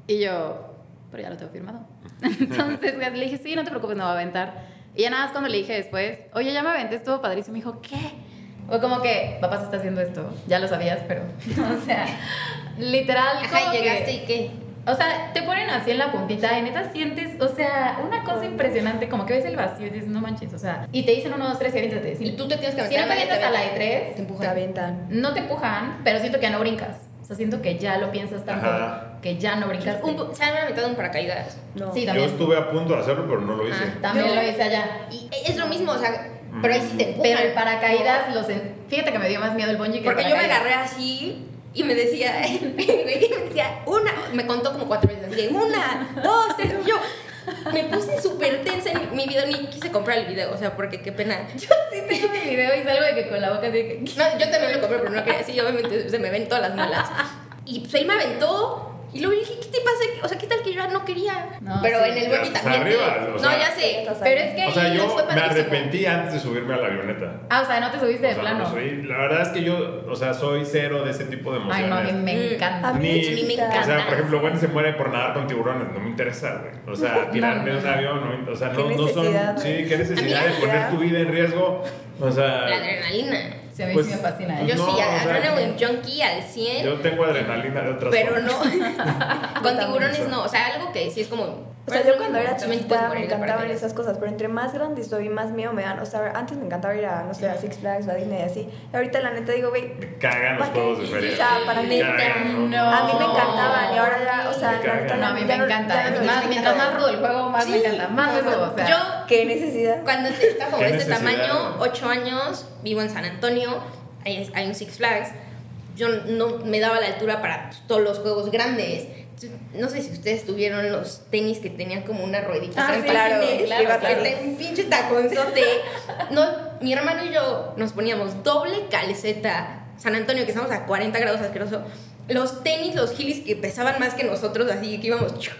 [SPEAKER 3] Y yo, pero ya lo tengo firmado. Entonces le dije, sí, no te preocupes, no va a aventar. Y ya nada más cuando le dije después, oye, ya me aventé, estuvo padrísimo. Me dijo, ¿qué? O como que, papá, si estás viendo esto, ya lo sabías, pero, o sea, literal. como
[SPEAKER 4] Ajá,
[SPEAKER 3] que-
[SPEAKER 4] ¿y llegaste y qué?
[SPEAKER 3] o sea, te ponen así en la puntita y neta sientes, o sea, una cosa impresionante, como que ves el vacío y dices, no manches, o sea, y te dicen uno, dos, tres y aviéntate. Si
[SPEAKER 4] Y tú te tienes que
[SPEAKER 3] si no te
[SPEAKER 4] aventar
[SPEAKER 3] avientas a la de
[SPEAKER 4] Te
[SPEAKER 3] tres,
[SPEAKER 2] Te
[SPEAKER 4] empujan.
[SPEAKER 2] aventan.
[SPEAKER 3] no te empujan, pero siento que ya no brincas. O sea, siento que ya lo piensas tanto
[SPEAKER 1] Ajá.
[SPEAKER 3] que ya no brincas.
[SPEAKER 4] Un pu- se han aventado en paracaídas.
[SPEAKER 2] No.
[SPEAKER 3] Sí,
[SPEAKER 1] Yo
[SPEAKER 3] también.
[SPEAKER 1] estuve a punto de hacerlo, pero no lo hice.
[SPEAKER 3] Ah, también
[SPEAKER 2] Yo-
[SPEAKER 3] lo hice allá.
[SPEAKER 4] Y es lo mismo, o sea, pero ahí sí te empujan.
[SPEAKER 3] Pero el paracaídas, los en- fíjate que me dio más miedo el bungee que el
[SPEAKER 4] Porque yo me
[SPEAKER 3] paracaídas.
[SPEAKER 4] agarré así y me decía, y me decía, una, me contó como cuatro veces, así, una, dos, tres, y yo me puse súper tensa en mi video, ni quise comprar el video, o sea, porque qué pena. Yo,
[SPEAKER 3] Sí, tengo mi video y salgo de que con la boca así de que...
[SPEAKER 4] no, yo también lo compré, pero no quería, sí, obviamente se me ven todas las malas. Y pues él me aventó. Y luego dije, ¿qué te pasa? O sea, ¿qué tal que yo ya no quería?
[SPEAKER 3] No,
[SPEAKER 4] pero
[SPEAKER 3] sí.
[SPEAKER 4] en el
[SPEAKER 1] Ya
[SPEAKER 4] bungee
[SPEAKER 1] estás
[SPEAKER 4] también.
[SPEAKER 1] arriba,
[SPEAKER 4] te-
[SPEAKER 1] o
[SPEAKER 4] no,
[SPEAKER 1] sea.
[SPEAKER 4] ya sé.
[SPEAKER 2] Estás
[SPEAKER 3] Pero
[SPEAKER 2] ahí.
[SPEAKER 3] es que...
[SPEAKER 1] O sea,
[SPEAKER 3] ahí-
[SPEAKER 1] yo
[SPEAKER 4] fue
[SPEAKER 1] me
[SPEAKER 4] padrísimo.
[SPEAKER 1] arrepentí antes de subirme a la avioneta.
[SPEAKER 3] Ah, o sea, no te subiste
[SPEAKER 1] O
[SPEAKER 3] de
[SPEAKER 1] sea,
[SPEAKER 3] plano.
[SPEAKER 1] no soy- la verdad es que yo, o sea, soy cero de ese tipo de
[SPEAKER 3] Ay,
[SPEAKER 1] emociones.
[SPEAKER 3] no, a mí
[SPEAKER 4] Mm.
[SPEAKER 3] me encanta.
[SPEAKER 2] A mí
[SPEAKER 1] Ni-
[SPEAKER 2] de chiquita.
[SPEAKER 1] O sea, por ejemplo, Gwen se muere por nadar con tiburones, no me interesa, güey. O sea, tirarme de un avión, no me- o sea,
[SPEAKER 2] Qué
[SPEAKER 1] no, no son.
[SPEAKER 2] necesidad,
[SPEAKER 1] Sí,
[SPEAKER 2] güey.
[SPEAKER 1] qué necesidad de poner
[SPEAKER 2] necesidad.
[SPEAKER 1] tu vida en riesgo. O sea,
[SPEAKER 4] La adrenalina.
[SPEAKER 3] Se me,
[SPEAKER 1] Pues-
[SPEAKER 3] sí me fascina.
[SPEAKER 1] Pues
[SPEAKER 4] Yo
[SPEAKER 1] no,
[SPEAKER 4] sí,
[SPEAKER 1] o sea,
[SPEAKER 4] adrenalina junkie al 100.
[SPEAKER 1] yo tengo adrenalina de otras
[SPEAKER 4] pero
[SPEAKER 1] formas.
[SPEAKER 4] no con tiburones
[SPEAKER 1] mucho.
[SPEAKER 4] no o sea algo que sí es como
[SPEAKER 2] O sea, yo
[SPEAKER 4] bueno,
[SPEAKER 2] cuando era
[SPEAKER 4] también
[SPEAKER 2] chiquita
[SPEAKER 4] puedes morir
[SPEAKER 2] me
[SPEAKER 4] de
[SPEAKER 2] encantaban
[SPEAKER 4] paracaídas.
[SPEAKER 2] esas cosas, pero entre más grande soy, más miedo me dan. O sea, antes me encantaba ir a, no sé, a Six Flags o a Disney y así. Y ahorita la neta digo, güey,
[SPEAKER 1] Me cagan los
[SPEAKER 2] ¿Para qué?
[SPEAKER 1] juegos de feria.
[SPEAKER 2] O sea, para
[SPEAKER 1] Me
[SPEAKER 2] mí-
[SPEAKER 1] cagan,
[SPEAKER 3] No.
[SPEAKER 2] a mí
[SPEAKER 4] Ah.
[SPEAKER 2] me encantaban y ahora ya, o sea,
[SPEAKER 1] Me
[SPEAKER 2] la neta
[SPEAKER 1] cagan.
[SPEAKER 3] No,
[SPEAKER 2] ya
[SPEAKER 3] a mí me
[SPEAKER 2] ya no- ya
[SPEAKER 3] encanta.
[SPEAKER 2] no
[SPEAKER 3] Es
[SPEAKER 2] lo
[SPEAKER 3] más,
[SPEAKER 2] disfruto.
[SPEAKER 3] mientras más rudo el juego, más me
[SPEAKER 4] Sí.
[SPEAKER 3] encanta. Más eso, o sea.
[SPEAKER 4] yo
[SPEAKER 2] ¿Qué necesidad?
[SPEAKER 4] cuando estaba como
[SPEAKER 1] Qué
[SPEAKER 4] de este
[SPEAKER 1] necesidad,
[SPEAKER 4] tamaño
[SPEAKER 1] ¿no?
[SPEAKER 4] 8 años vivo en San Antonio hay, hay un Six Flags yo no me daba la altura para pues, todos los juegos grandes Entonces, no sé si ustedes tuvieron los tenis que tenían como una ruedita
[SPEAKER 3] Ah,
[SPEAKER 4] así en
[SPEAKER 3] sí, claro,
[SPEAKER 4] patines,
[SPEAKER 3] claro,
[SPEAKER 4] que
[SPEAKER 3] claro.
[SPEAKER 4] tenía un pinche taconzote no, mi hermano y yo nos poníamos doble calceta San Antonio que estamos a 40 grados asqueroso los tenis, los gilis que pesaban más que nosotros así que íbamos chuc,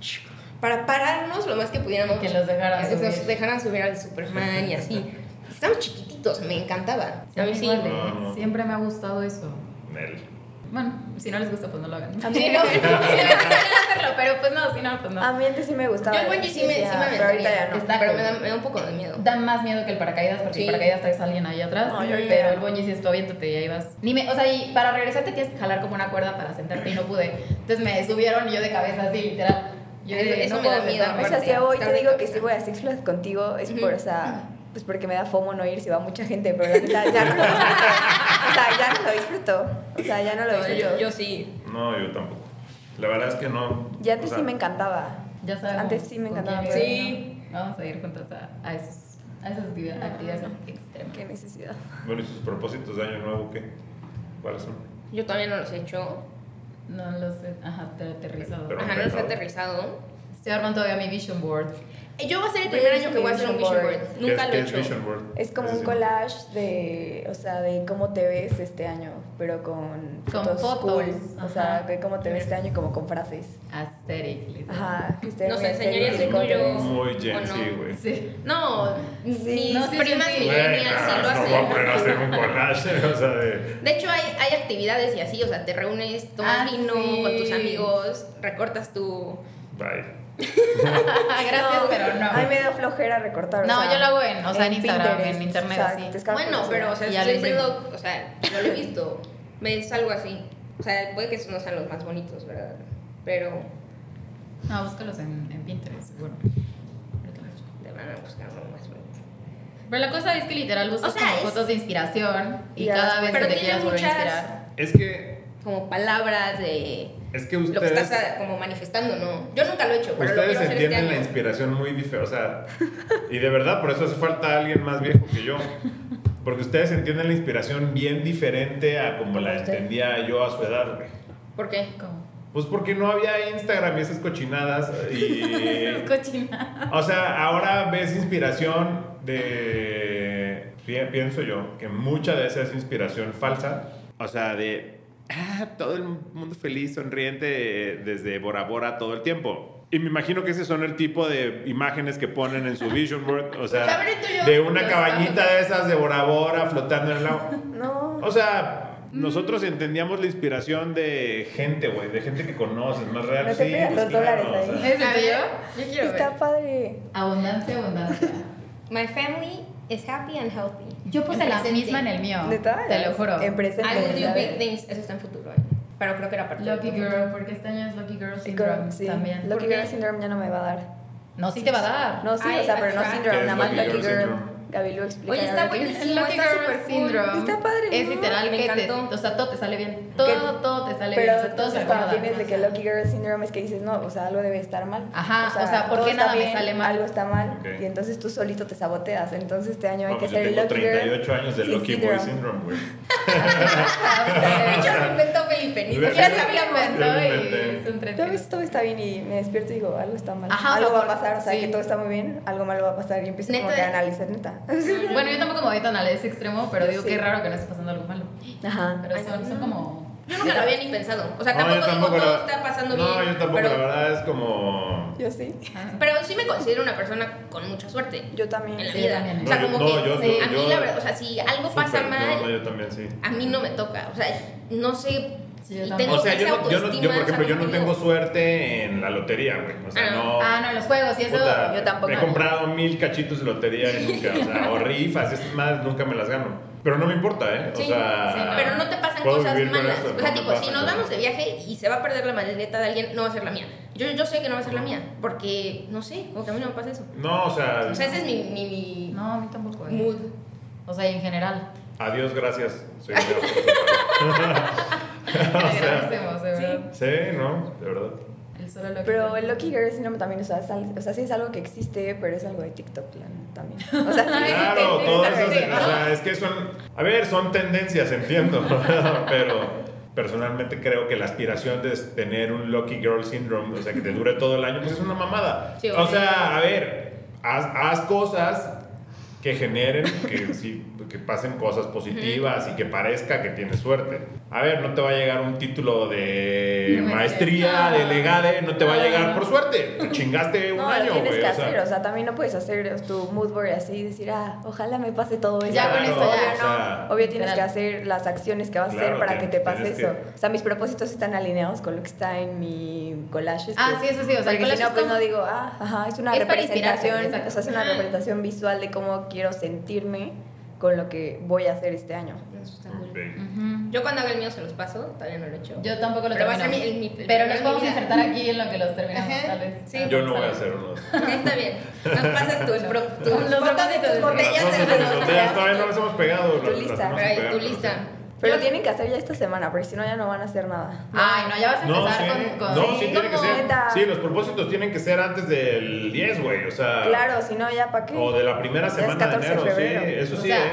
[SPEAKER 4] chuc, para pararnos lo más que pudiéramos
[SPEAKER 3] Que los dejaran
[SPEAKER 4] Que nos
[SPEAKER 3] subir.
[SPEAKER 4] dejaran subir al Superman y así. Estamos chiquititos, me encantaba. A mí sí.
[SPEAKER 3] Igual,
[SPEAKER 1] No, no.
[SPEAKER 3] Siempre me ha gustado eso.
[SPEAKER 1] Nel.
[SPEAKER 3] Bueno, si no les gusta, pues no lo hagan. Sí, no, sí, no, hacerlo, pero pues no, si no, pues no.
[SPEAKER 2] A mí antes sí me gustaba.
[SPEAKER 4] Yo el bungee sí me, sí me
[SPEAKER 2] pero ahorita
[SPEAKER 4] aventaría,
[SPEAKER 2] ya no.
[SPEAKER 3] Está
[SPEAKER 4] pero
[SPEAKER 3] cool.
[SPEAKER 4] me da, me da un poco de miedo.
[SPEAKER 3] Da más miedo que el paracaídas, porque
[SPEAKER 4] Sí.
[SPEAKER 3] el paracaídas traes a alguien ahí atrás.
[SPEAKER 2] No, yo
[SPEAKER 3] pero
[SPEAKER 2] ya.
[SPEAKER 3] el bungee sí es tú aviéntate y ahí vas. Ni me, o sea, y para regresarte tienes que jalar como una cuerda para sentarte y no pude. Entonces me subieron y yo de cabeza así, literal. Yo
[SPEAKER 4] Eso-
[SPEAKER 3] dije,
[SPEAKER 4] eso
[SPEAKER 3] no
[SPEAKER 4] me da
[SPEAKER 3] puedo
[SPEAKER 4] miedo,
[SPEAKER 3] sentarme.
[SPEAKER 2] O sea, si
[SPEAKER 4] Aparte,
[SPEAKER 2] hoy
[SPEAKER 4] está
[SPEAKER 2] te digo
[SPEAKER 4] rico.
[SPEAKER 2] que si voy a Six Flags contigo es por,
[SPEAKER 4] Ujú.
[SPEAKER 2] o sea, pues porque me da fomo no ir si va mucha gente, pero la neta, ya no lo disfruto. O sea, ya no lo disfruto. O sea, ya no lo
[SPEAKER 4] No,
[SPEAKER 2] disfruto.
[SPEAKER 4] yo, yo sí.
[SPEAKER 1] No, yo tampoco. La verdad es que no.
[SPEAKER 2] Y antes
[SPEAKER 1] O sea,
[SPEAKER 2] sí me encantaba.
[SPEAKER 3] Ya sabemos.
[SPEAKER 2] Antes sí me
[SPEAKER 3] con
[SPEAKER 2] encantaba,
[SPEAKER 3] quién
[SPEAKER 4] pero
[SPEAKER 3] ir,
[SPEAKER 4] sí.
[SPEAKER 3] ¿no? Vamos a ir juntas a, a esos- a esas actividades, actividades extremas.
[SPEAKER 2] Qué necesidad.
[SPEAKER 1] Bueno, ¿y sus propósitos de año nuevo qué? ¿Cuáles son?
[SPEAKER 4] Yo todavía no los he hecho.
[SPEAKER 3] No lo sé. Ajá, te aterrizado.
[SPEAKER 1] Pero-
[SPEAKER 4] Ajá, no los he
[SPEAKER 1] Aterrizado.
[SPEAKER 4] aterrizado.
[SPEAKER 3] Estoy armando todavía mi vision board.
[SPEAKER 4] Eh, Yo va a ser el primer
[SPEAKER 3] Pues
[SPEAKER 2] Yo hice
[SPEAKER 4] año que voy a
[SPEAKER 2] mi
[SPEAKER 4] hacer un
[SPEAKER 2] vision
[SPEAKER 4] vision
[SPEAKER 2] board.
[SPEAKER 4] board. Nunca
[SPEAKER 1] ¿Qué
[SPEAKER 4] lo he
[SPEAKER 1] es, ¿qué es
[SPEAKER 4] hecho.
[SPEAKER 1] Vision Board?
[SPEAKER 2] Es como
[SPEAKER 1] Ese
[SPEAKER 2] un
[SPEAKER 1] sí.
[SPEAKER 2] collage de, o sea, de cómo te ves este año, pero con
[SPEAKER 3] Con
[SPEAKER 2] fotos,
[SPEAKER 3] fotos,
[SPEAKER 2] cool. O sea,
[SPEAKER 3] ajá.
[SPEAKER 2] de cómo te ves este año y como con frases.
[SPEAKER 3] Aesthetic. literal.
[SPEAKER 2] Ajá, que esté
[SPEAKER 4] Nos
[SPEAKER 2] muy
[SPEAKER 4] enseñarías
[SPEAKER 2] estético, cómo
[SPEAKER 4] el
[SPEAKER 2] te
[SPEAKER 4] tuyo.
[SPEAKER 2] ves.
[SPEAKER 1] Muy
[SPEAKER 4] ¿O
[SPEAKER 1] Gen
[SPEAKER 4] no?
[SPEAKER 1] Z, güey.
[SPEAKER 3] Sí.
[SPEAKER 4] No, mis
[SPEAKER 2] no,
[SPEAKER 3] sí,
[SPEAKER 4] primas
[SPEAKER 3] sí, sí.
[SPEAKER 1] Güey,
[SPEAKER 4] millennials sí lo
[SPEAKER 1] no,
[SPEAKER 4] hacen.
[SPEAKER 1] voy a poder hacer un collage, o sea, de...
[SPEAKER 4] De hecho, hay, hay actividades y así, o sea, te reúnes,
[SPEAKER 3] Ah,
[SPEAKER 4] tomas vino
[SPEAKER 3] sí.
[SPEAKER 4] con tus amigos, recortas tu...
[SPEAKER 1] Bye.
[SPEAKER 3] Gracias,
[SPEAKER 2] No,
[SPEAKER 3] pero no.
[SPEAKER 2] A mí me da flojera recortar. o
[SPEAKER 3] No,
[SPEAKER 2] sea,
[SPEAKER 3] yo lo hago en, o sea, en Instagram,
[SPEAKER 2] Pinterest,
[SPEAKER 3] en internet,
[SPEAKER 2] o sea,
[SPEAKER 3] así.
[SPEAKER 2] te escapas
[SPEAKER 4] Bueno,
[SPEAKER 2] por
[SPEAKER 4] pero,
[SPEAKER 2] eso.
[SPEAKER 4] o sea,
[SPEAKER 3] Y al
[SPEAKER 4] estoy
[SPEAKER 3] imprimo.
[SPEAKER 4] diciendo, o sea, no lo he visto, me es algo así. O sea, puede que esos no sean los más bonitos, ¿verdad? Pero
[SPEAKER 3] No, búscalos en, en Pinterest, seguro.
[SPEAKER 4] te van a buscar uno más bonito.
[SPEAKER 3] Pero la cosa es que literal buscas
[SPEAKER 4] O sea,
[SPEAKER 3] como
[SPEAKER 4] es-
[SPEAKER 3] fotos de inspiración y,
[SPEAKER 2] Y a
[SPEAKER 3] cada
[SPEAKER 2] las-
[SPEAKER 3] vez
[SPEAKER 4] pero
[SPEAKER 3] que te
[SPEAKER 4] tiene
[SPEAKER 3] quieras volver a
[SPEAKER 4] muchas-
[SPEAKER 3] inspirar.
[SPEAKER 1] Es que,
[SPEAKER 4] Como palabras de
[SPEAKER 1] es que
[SPEAKER 4] lo que
[SPEAKER 1] ustedes,
[SPEAKER 4] estás ah, como manifestando, ¿no? Yo nunca lo he hecho, pero lo
[SPEAKER 1] ustedes
[SPEAKER 4] quiero hacer este
[SPEAKER 1] entienden la
[SPEAKER 4] año.
[SPEAKER 1] inspiración muy diferente, o sea, y de verdad, por eso hace falta alguien más viejo que yo. Porque ustedes entienden la inspiración bien diferente a como la
[SPEAKER 2] Usted.
[SPEAKER 1] entendía yo a su edad, güey.
[SPEAKER 4] ¿Por qué?
[SPEAKER 3] Como
[SPEAKER 1] Pues porque no había Instagram y esas cochinadas y...
[SPEAKER 3] esas cochinadas.
[SPEAKER 1] O sea, ahora ves inspiración de. pi- Pienso yo que mucha de esa es inspiración falsa. O sea, de. Ah, todo el mundo feliz, sonriente, eh, desde Bora Bora todo el tiempo. Y me imagino que ese son el tipo de imágenes que ponen en su vision board. O sea,
[SPEAKER 4] Sabré tú Pues yo
[SPEAKER 1] de una
[SPEAKER 4] los
[SPEAKER 1] cabañita
[SPEAKER 4] pasos.
[SPEAKER 1] de esas de Bora Bora flotando en el agua.
[SPEAKER 2] No.
[SPEAKER 1] O sea,
[SPEAKER 4] Mm.
[SPEAKER 1] nosotros entendíamos la inspiración de gente, güey, de gente que conoces, más real.
[SPEAKER 2] No te
[SPEAKER 1] sí,
[SPEAKER 2] pegas
[SPEAKER 1] pues
[SPEAKER 2] los
[SPEAKER 1] claro,
[SPEAKER 2] dólares
[SPEAKER 1] o
[SPEAKER 2] ahí.
[SPEAKER 1] sea.
[SPEAKER 3] ¿Es
[SPEAKER 4] A ver,
[SPEAKER 3] yo? Yo eh, quiero
[SPEAKER 2] Está
[SPEAKER 3] ver.
[SPEAKER 2] padre.
[SPEAKER 3] Abundancia, abundancia.
[SPEAKER 4] My family is happy and healthy.
[SPEAKER 3] Yo puse
[SPEAKER 4] En
[SPEAKER 3] la
[SPEAKER 4] presente.
[SPEAKER 3] misma en el mío.
[SPEAKER 2] ¿Neta?
[SPEAKER 3] Te lo juro.
[SPEAKER 2] En presente.
[SPEAKER 4] I will do big
[SPEAKER 2] ¿sabes?
[SPEAKER 4] things. Eso está en futuro. ¿eh? Pero creo que era parte de
[SPEAKER 3] Lucky Girl, porque este año es Lucky Girl Syndrome
[SPEAKER 2] Sí,
[SPEAKER 3] también.
[SPEAKER 2] Lucky
[SPEAKER 4] ¿Por qué?
[SPEAKER 2] Girl Syndrome ya no me va a dar.
[SPEAKER 3] No, sí te va a dar.
[SPEAKER 2] No, sí,
[SPEAKER 4] Ay,
[SPEAKER 2] o sea, pero no
[SPEAKER 4] attract-
[SPEAKER 2] Syndrome,
[SPEAKER 1] ¿Qué es
[SPEAKER 2] nada más
[SPEAKER 1] Lucky Girl
[SPEAKER 2] Lucky Girl.
[SPEAKER 1] Syndrome?
[SPEAKER 2] Gaby lo explica.
[SPEAKER 4] Oye, está
[SPEAKER 2] ahorita.
[SPEAKER 4] buenísimo.
[SPEAKER 3] El Lucky
[SPEAKER 4] está
[SPEAKER 3] Girl
[SPEAKER 4] súper cool.
[SPEAKER 3] Syndrome
[SPEAKER 2] Está padre,
[SPEAKER 3] Es
[SPEAKER 2] ¿no?
[SPEAKER 3] literal
[SPEAKER 4] Me
[SPEAKER 3] que te,
[SPEAKER 4] encantó.
[SPEAKER 3] o sea, todo te sale bien. Todo,
[SPEAKER 2] Que-
[SPEAKER 3] todo te sale bien.
[SPEAKER 2] Pero
[SPEAKER 3] O sea, todo se
[SPEAKER 2] entonces cuando
[SPEAKER 3] acomoda.
[SPEAKER 2] tienes de que Lucky Girl Syndrome es que dices, no, o sea, algo debe estar mal.
[SPEAKER 3] Ajá, o sea, ¿por
[SPEAKER 2] todo
[SPEAKER 3] qué
[SPEAKER 2] está
[SPEAKER 3] nada me
[SPEAKER 2] bien,
[SPEAKER 3] sale mal?
[SPEAKER 2] Algo está mal
[SPEAKER 1] Ok.
[SPEAKER 2] y entonces tú solito te saboteas. Entonces este año hay
[SPEAKER 1] No,
[SPEAKER 2] que
[SPEAKER 1] pues yo
[SPEAKER 2] ser el
[SPEAKER 1] tengo
[SPEAKER 2] Lucky Girl.
[SPEAKER 1] 38 años de
[SPEAKER 2] sí,
[SPEAKER 1] Lucky Boy
[SPEAKER 2] syndrome.
[SPEAKER 1] Syndrome, güey.
[SPEAKER 4] De hecho, lo inventó Felipe. Ni
[SPEAKER 1] Lo
[SPEAKER 4] siquiera
[SPEAKER 1] inventó.
[SPEAKER 4] sabíamos.
[SPEAKER 1] Lo
[SPEAKER 3] inventó
[SPEAKER 1] inventé.
[SPEAKER 3] y es un tren.
[SPEAKER 2] Yo a veces todo está bien y me despierto y digo, algo está mal.
[SPEAKER 3] Ajá, o
[SPEAKER 2] algo
[SPEAKER 3] sea,
[SPEAKER 2] va a
[SPEAKER 3] por-
[SPEAKER 2] pasar, o sea,
[SPEAKER 3] sí.
[SPEAKER 2] que todo está muy bien, algo malo va a pasar y empiezo como
[SPEAKER 4] Neta.
[SPEAKER 2] que a analizar, neta.
[SPEAKER 3] Bueno, yo tampoco me voy tan al ese extremo, pero digo
[SPEAKER 2] Sí.
[SPEAKER 3] que es raro que no esté pasando algo malo.
[SPEAKER 2] Ajá.
[SPEAKER 3] Pero son, son como.
[SPEAKER 4] Yo nunca lo había ni pensado. O sea,
[SPEAKER 1] No,
[SPEAKER 4] tampoco,
[SPEAKER 1] yo tampoco
[SPEAKER 4] digo todo
[SPEAKER 1] la-
[SPEAKER 4] está pasando
[SPEAKER 1] No,
[SPEAKER 4] bien.
[SPEAKER 1] yo tampoco,
[SPEAKER 4] pero,
[SPEAKER 1] la verdad es como.
[SPEAKER 2] Yo sí.
[SPEAKER 3] ah,
[SPEAKER 4] Pero sí me considero una persona con mucha suerte.
[SPEAKER 2] Yo
[SPEAKER 4] En la
[SPEAKER 2] también.
[SPEAKER 3] Sí,
[SPEAKER 4] vida.
[SPEAKER 3] también,
[SPEAKER 4] O sea,
[SPEAKER 1] No, yo-
[SPEAKER 4] como
[SPEAKER 1] no,
[SPEAKER 4] que
[SPEAKER 1] yo-
[SPEAKER 4] sí,
[SPEAKER 1] yo-
[SPEAKER 4] a mí
[SPEAKER 1] yo-
[SPEAKER 4] la verdad, o sea, si algo pasa
[SPEAKER 1] Súper,
[SPEAKER 4] mal,
[SPEAKER 1] No, yo también sí.
[SPEAKER 4] a mí no me toca. O sea, no sé.
[SPEAKER 3] Sí, yo
[SPEAKER 4] y
[SPEAKER 3] tampoco.
[SPEAKER 4] tengo
[SPEAKER 1] O sea, yo,
[SPEAKER 4] esa
[SPEAKER 1] no- yo, no- yo,
[SPEAKER 4] autoestima,
[SPEAKER 1] por
[SPEAKER 4] o sea,
[SPEAKER 1] ejemplo, yo no
[SPEAKER 4] digo,
[SPEAKER 1] tengo suerte en la lotería, güey. O sea,
[SPEAKER 4] Ah,
[SPEAKER 1] no.
[SPEAKER 3] Ah, no, los juegos y eso.
[SPEAKER 1] puta,
[SPEAKER 2] yo tampoco.
[SPEAKER 1] He comprado mil cachitos de lotería y nunca, o sea, o rifas, es más, nunca me las gano. Pero no me importa, ¿eh? O
[SPEAKER 4] Sí,
[SPEAKER 1] sea,
[SPEAKER 3] sí,
[SPEAKER 4] Pero no te pasan
[SPEAKER 1] puedo
[SPEAKER 4] cosas
[SPEAKER 1] vivir con
[SPEAKER 4] malas.
[SPEAKER 1] eso,
[SPEAKER 4] o sea,
[SPEAKER 1] no me
[SPEAKER 4] tipo, si
[SPEAKER 1] pasan
[SPEAKER 4] nos
[SPEAKER 1] cosas.
[SPEAKER 4] vamos de viaje y se va a perder la maleta de alguien, no va a ser la mía. Yo, yo sé que no va a ser la mía, porque no sé, como que a mí no me pasa eso.
[SPEAKER 1] No, o sea,
[SPEAKER 4] O sea, ese es mi, mi, mi
[SPEAKER 3] No, a mí tampoco. eh.
[SPEAKER 4] mood.
[SPEAKER 3] O sea, y en general.
[SPEAKER 1] adiós, gracias. Soy
[SPEAKER 3] Le agradecemos, de verdad.
[SPEAKER 1] Sí, ¿no? De verdad.
[SPEAKER 3] El solo lo que-
[SPEAKER 2] Pero el Lucky Girl Syndrome también, o sea, es al- o sea, sí es algo que existe, pero es algo de TikTok plan, también. O sea, sí
[SPEAKER 1] Claro,
[SPEAKER 2] existe,
[SPEAKER 1] todo
[SPEAKER 2] sí,
[SPEAKER 1] eso, o
[SPEAKER 2] sí,
[SPEAKER 1] sea, es que son, a ver, son tendencias, entiendo, pero personalmente creo que la aspiración de tener un Lucky Girl Syndrome, o sea, que te dure todo el año, pues es una mamada.
[SPEAKER 4] Sí,
[SPEAKER 1] o
[SPEAKER 4] obvio.
[SPEAKER 1] sea, a ver, haz, haz cosas que generen, que, sí, que pasen cosas positivas y que parezca que tienes suerte. A ver, no te va a llegar un título de
[SPEAKER 3] No, es
[SPEAKER 1] maestría,
[SPEAKER 3] cierto.
[SPEAKER 1] de legade, no te va a llegar
[SPEAKER 3] No.
[SPEAKER 1] por suerte. Te chingaste un
[SPEAKER 2] No,
[SPEAKER 1] año,
[SPEAKER 2] lo tienes
[SPEAKER 1] güey,
[SPEAKER 2] que
[SPEAKER 1] o sea.
[SPEAKER 2] hacer, o sea, también no puedes hacer tu mood board así y decir, ah, ojalá me pase todo esto.
[SPEAKER 3] Ya, con esto
[SPEAKER 2] obvio,
[SPEAKER 3] ya.
[SPEAKER 2] no.
[SPEAKER 1] o sea,
[SPEAKER 2] Obvio tienes
[SPEAKER 3] Claro.
[SPEAKER 2] que hacer las acciones que vas a
[SPEAKER 1] Claro,
[SPEAKER 2] hacer para que
[SPEAKER 1] tienes-
[SPEAKER 2] te pase
[SPEAKER 1] tienes
[SPEAKER 2] eso.
[SPEAKER 1] que-
[SPEAKER 2] O sea, mis propósitos están alineados con lo que está en mi collage.
[SPEAKER 3] Ah,
[SPEAKER 2] este,
[SPEAKER 3] sí, eso sí, o sea,
[SPEAKER 2] porque
[SPEAKER 3] el
[SPEAKER 2] si
[SPEAKER 3] collage
[SPEAKER 2] no, pues
[SPEAKER 3] está-
[SPEAKER 2] no digo, ah, ajá, es una
[SPEAKER 3] Es para inspirarte,
[SPEAKER 2] representación,
[SPEAKER 3] exacto.
[SPEAKER 2] o sea, es una representación visual de cómo quiero sentirme con lo que voy a hacer este año.
[SPEAKER 4] Eso está cool.
[SPEAKER 1] ok.
[SPEAKER 3] Ujú.
[SPEAKER 4] Yo cuando hago el mío se los paso, todavía no lo he hecho.
[SPEAKER 3] Yo tampoco lo
[SPEAKER 4] Pero va a
[SPEAKER 3] termino.
[SPEAKER 4] ser mi- el- mi- el
[SPEAKER 3] Pero
[SPEAKER 4] primero
[SPEAKER 3] los
[SPEAKER 4] en
[SPEAKER 3] podemos
[SPEAKER 4] mi vida.
[SPEAKER 3] insertar aquí en lo que los terminamos,
[SPEAKER 4] Ajá,
[SPEAKER 3] tal vez.
[SPEAKER 4] sí.
[SPEAKER 1] Yo no voy a hacer uno.
[SPEAKER 4] Está bien. Nos pasas tus, pro, tus fotos de tus
[SPEAKER 3] Los propósitos.
[SPEAKER 4] botellas
[SPEAKER 1] Las
[SPEAKER 4] de
[SPEAKER 1] fotos de
[SPEAKER 4] los-
[SPEAKER 1] las botellas todavía no las hemos pegado.
[SPEAKER 2] Tu
[SPEAKER 1] las- las
[SPEAKER 2] lista,
[SPEAKER 1] tenemos que
[SPEAKER 4] Pero ahí,
[SPEAKER 1] pegar,
[SPEAKER 4] tu
[SPEAKER 1] pero sí.
[SPEAKER 4] lista.
[SPEAKER 2] Pero
[SPEAKER 4] Yo-
[SPEAKER 2] tienen que hacer ya esta semana, porque si no, ya no van a hacer nada.
[SPEAKER 1] Ah,
[SPEAKER 3] Ay, no, ya vas a
[SPEAKER 1] No,
[SPEAKER 3] empezar
[SPEAKER 1] sí,
[SPEAKER 3] con, con-
[SPEAKER 1] no, sí
[SPEAKER 2] sí,
[SPEAKER 1] tiene que
[SPEAKER 2] como
[SPEAKER 1] ser.
[SPEAKER 2] neta.
[SPEAKER 1] Sí, los propósitos tienen que ser antes del 10, güey, o sea.
[SPEAKER 2] Claro, si no, ya para qué.
[SPEAKER 1] O de la primera
[SPEAKER 2] Ya es
[SPEAKER 1] semana de
[SPEAKER 2] 14 de
[SPEAKER 1] enero, sí,
[SPEAKER 2] febrero.
[SPEAKER 1] eso
[SPEAKER 3] O
[SPEAKER 1] sí, ¿eh?
[SPEAKER 3] sea,